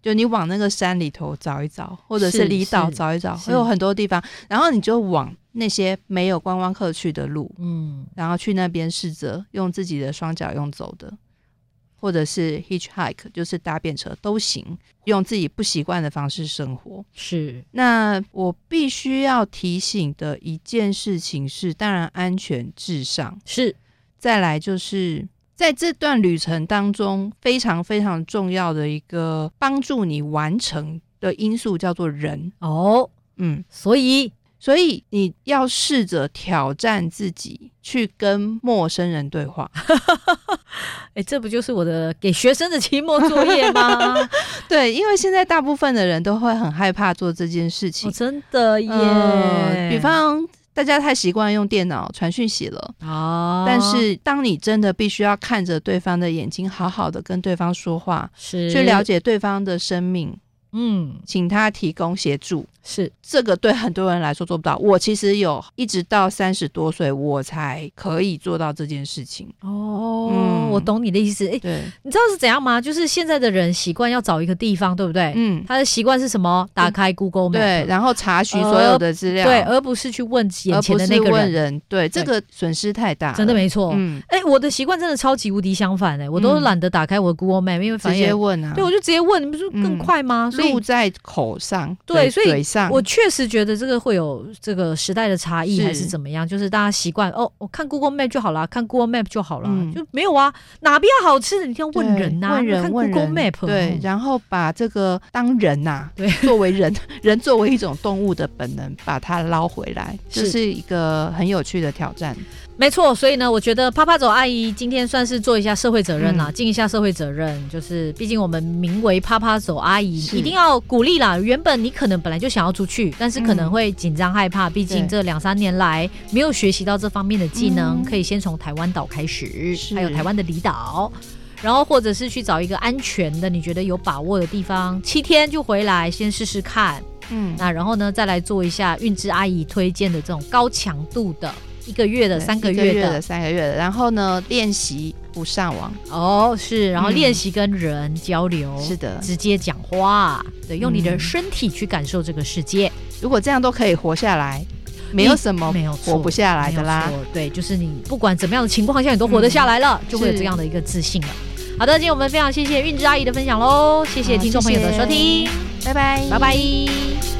[SPEAKER 2] 就你往那个山里头找一找，或者是
[SPEAKER 1] 是
[SPEAKER 2] 离岛
[SPEAKER 1] 是
[SPEAKER 2] 找一找，
[SPEAKER 1] 是
[SPEAKER 2] 会有很多地方，然后你就往那些没有观光客去的路，
[SPEAKER 1] 嗯，
[SPEAKER 2] 然后去那边试着用自己的双脚用走的。或者是 hitchhike，就是搭便车都行，用自己不习惯的方式生活。
[SPEAKER 1] 是
[SPEAKER 2] 那我必须要提醒的一件事情是，当然安全至上，
[SPEAKER 1] 是，
[SPEAKER 2] 再来就是在这段旅程当中非常非常重要的一个帮助你完成的因素叫做人。
[SPEAKER 1] 哦，
[SPEAKER 2] 嗯，
[SPEAKER 1] 所以
[SPEAKER 2] 所以你要试着挑战自己，去跟陌生人对话。
[SPEAKER 1] 哎、这不就是我的给学生的期末作业 吗？哦
[SPEAKER 2] 对，因为现在大部分的人都会很害怕做这件事情
[SPEAKER 1] 哦、。真的耶！
[SPEAKER 2] 呃比方大家太习惯用电脑传讯息了，
[SPEAKER 1] 啊，
[SPEAKER 2] 但是当你真的必须要看着对方的眼睛，好好的跟对方说话，
[SPEAKER 1] 是
[SPEAKER 2] 去了，解对方的生命，
[SPEAKER 1] 嗯，
[SPEAKER 2] 请他提供协助。
[SPEAKER 1] 是
[SPEAKER 2] 这个对很多人来说做不到，我其实有一直到三十多岁我才可以做到这件事情。
[SPEAKER 1] 哦，
[SPEAKER 2] 嗯
[SPEAKER 1] 我懂你的意思。哎、
[SPEAKER 2] 对，
[SPEAKER 1] 你知道是怎样吗？就是现在的人习惯要找一个地方，对不对？
[SPEAKER 2] 嗯，
[SPEAKER 1] 他的习惯是什么？打开 Google Map，
[SPEAKER 2] 对，然后查询所有的资料，
[SPEAKER 1] 呃对，而不是去问眼
[SPEAKER 2] 而
[SPEAKER 1] 前
[SPEAKER 2] 不
[SPEAKER 1] 的
[SPEAKER 2] 是
[SPEAKER 1] 那个
[SPEAKER 2] 问
[SPEAKER 1] 人。
[SPEAKER 2] 人，对，这个损失太大了，
[SPEAKER 1] 真的没错。
[SPEAKER 2] 嗯，
[SPEAKER 1] 哎、我的习惯真的超级无敌相反哎、我都
[SPEAKER 2] 嗯
[SPEAKER 1] 懒得打开我的 Google Map，因为
[SPEAKER 2] 直
[SPEAKER 1] 反
[SPEAKER 2] 接
[SPEAKER 1] 正
[SPEAKER 2] 问啊，
[SPEAKER 1] 对，我就直接问，你不是更
[SPEAKER 2] 嗯
[SPEAKER 1] 快吗？所以
[SPEAKER 2] 路在口上，
[SPEAKER 1] 对
[SPEAKER 2] 嘴
[SPEAKER 1] 所以
[SPEAKER 2] 嘴上，
[SPEAKER 1] 我确实觉得这个会有这个时代的差异，
[SPEAKER 2] 是
[SPEAKER 1] 还是怎么样？就是大家习惯哦，我看 Google Map 就好啦，看 Google Map 就好啦，
[SPEAKER 2] 嗯
[SPEAKER 1] 就没有啊，哪边好吃的你一定要问
[SPEAKER 2] 对
[SPEAKER 1] 人呐、
[SPEAKER 2] 问
[SPEAKER 1] 你
[SPEAKER 2] 人
[SPEAKER 1] 看
[SPEAKER 2] 问
[SPEAKER 1] Google
[SPEAKER 2] 人
[SPEAKER 1] Map
[SPEAKER 2] 对，
[SPEAKER 1] 哦
[SPEAKER 2] 然后把这个当人呐、
[SPEAKER 1] 对
[SPEAKER 2] 作为人， 人作为一种动物的本能，把它捞回来，这
[SPEAKER 1] 是
[SPEAKER 2] 是一个很有趣的挑战。
[SPEAKER 1] 没错。所以呢，我觉得啪啪走阿姨今天算是做一下社会责任
[SPEAKER 2] 嗯
[SPEAKER 1] 啦，尽一下社会责任。就是毕竟我们名为啪啪走阿姨，
[SPEAKER 2] 是
[SPEAKER 1] 一定要鼓励啦。原本你可能本来就想要出去，但是可能
[SPEAKER 2] 嗯
[SPEAKER 1] 会紧张害怕，毕竟
[SPEAKER 2] 对
[SPEAKER 1] 这两三年来没有学习到这方面的技能，
[SPEAKER 2] 嗯
[SPEAKER 1] 可以先从台湾岛开始，
[SPEAKER 2] 是
[SPEAKER 1] 还有台湾的离岛。然后或者是去找一个安全的、你觉得有把握的地方，七天就回来，先试试看。
[SPEAKER 2] 嗯，
[SPEAKER 1] 那然后呢，再来做一下韵之阿姨推荐的这种高强度的，一个月的、
[SPEAKER 2] 对
[SPEAKER 1] 三个
[SPEAKER 2] 一
[SPEAKER 1] 月
[SPEAKER 2] 的、
[SPEAKER 1] 的。
[SPEAKER 2] 三个月的，然后呢，练习不上网，
[SPEAKER 1] 哦，是，然后
[SPEAKER 2] 嗯
[SPEAKER 1] 练习跟人交流，
[SPEAKER 2] 是的
[SPEAKER 1] 直接讲话，对，用你的
[SPEAKER 2] 嗯
[SPEAKER 1] 身体去感受这个世界，嗯
[SPEAKER 2] 如果这样都可以活下来，没有什么
[SPEAKER 1] 没有
[SPEAKER 2] 活
[SPEAKER 1] 错
[SPEAKER 2] 不。下来的啦
[SPEAKER 1] 没。有错对，就是你不管怎么样的情况下，你都活得下来了，
[SPEAKER 2] 嗯
[SPEAKER 1] 就会有这样的一个自信了。好的，今天我们非常谢谢韵之阿姨的分享喽，谢谢
[SPEAKER 2] 好嗯
[SPEAKER 1] 听众朋友的
[SPEAKER 2] 谢谢
[SPEAKER 1] 收听，
[SPEAKER 2] 拜拜，
[SPEAKER 1] 拜拜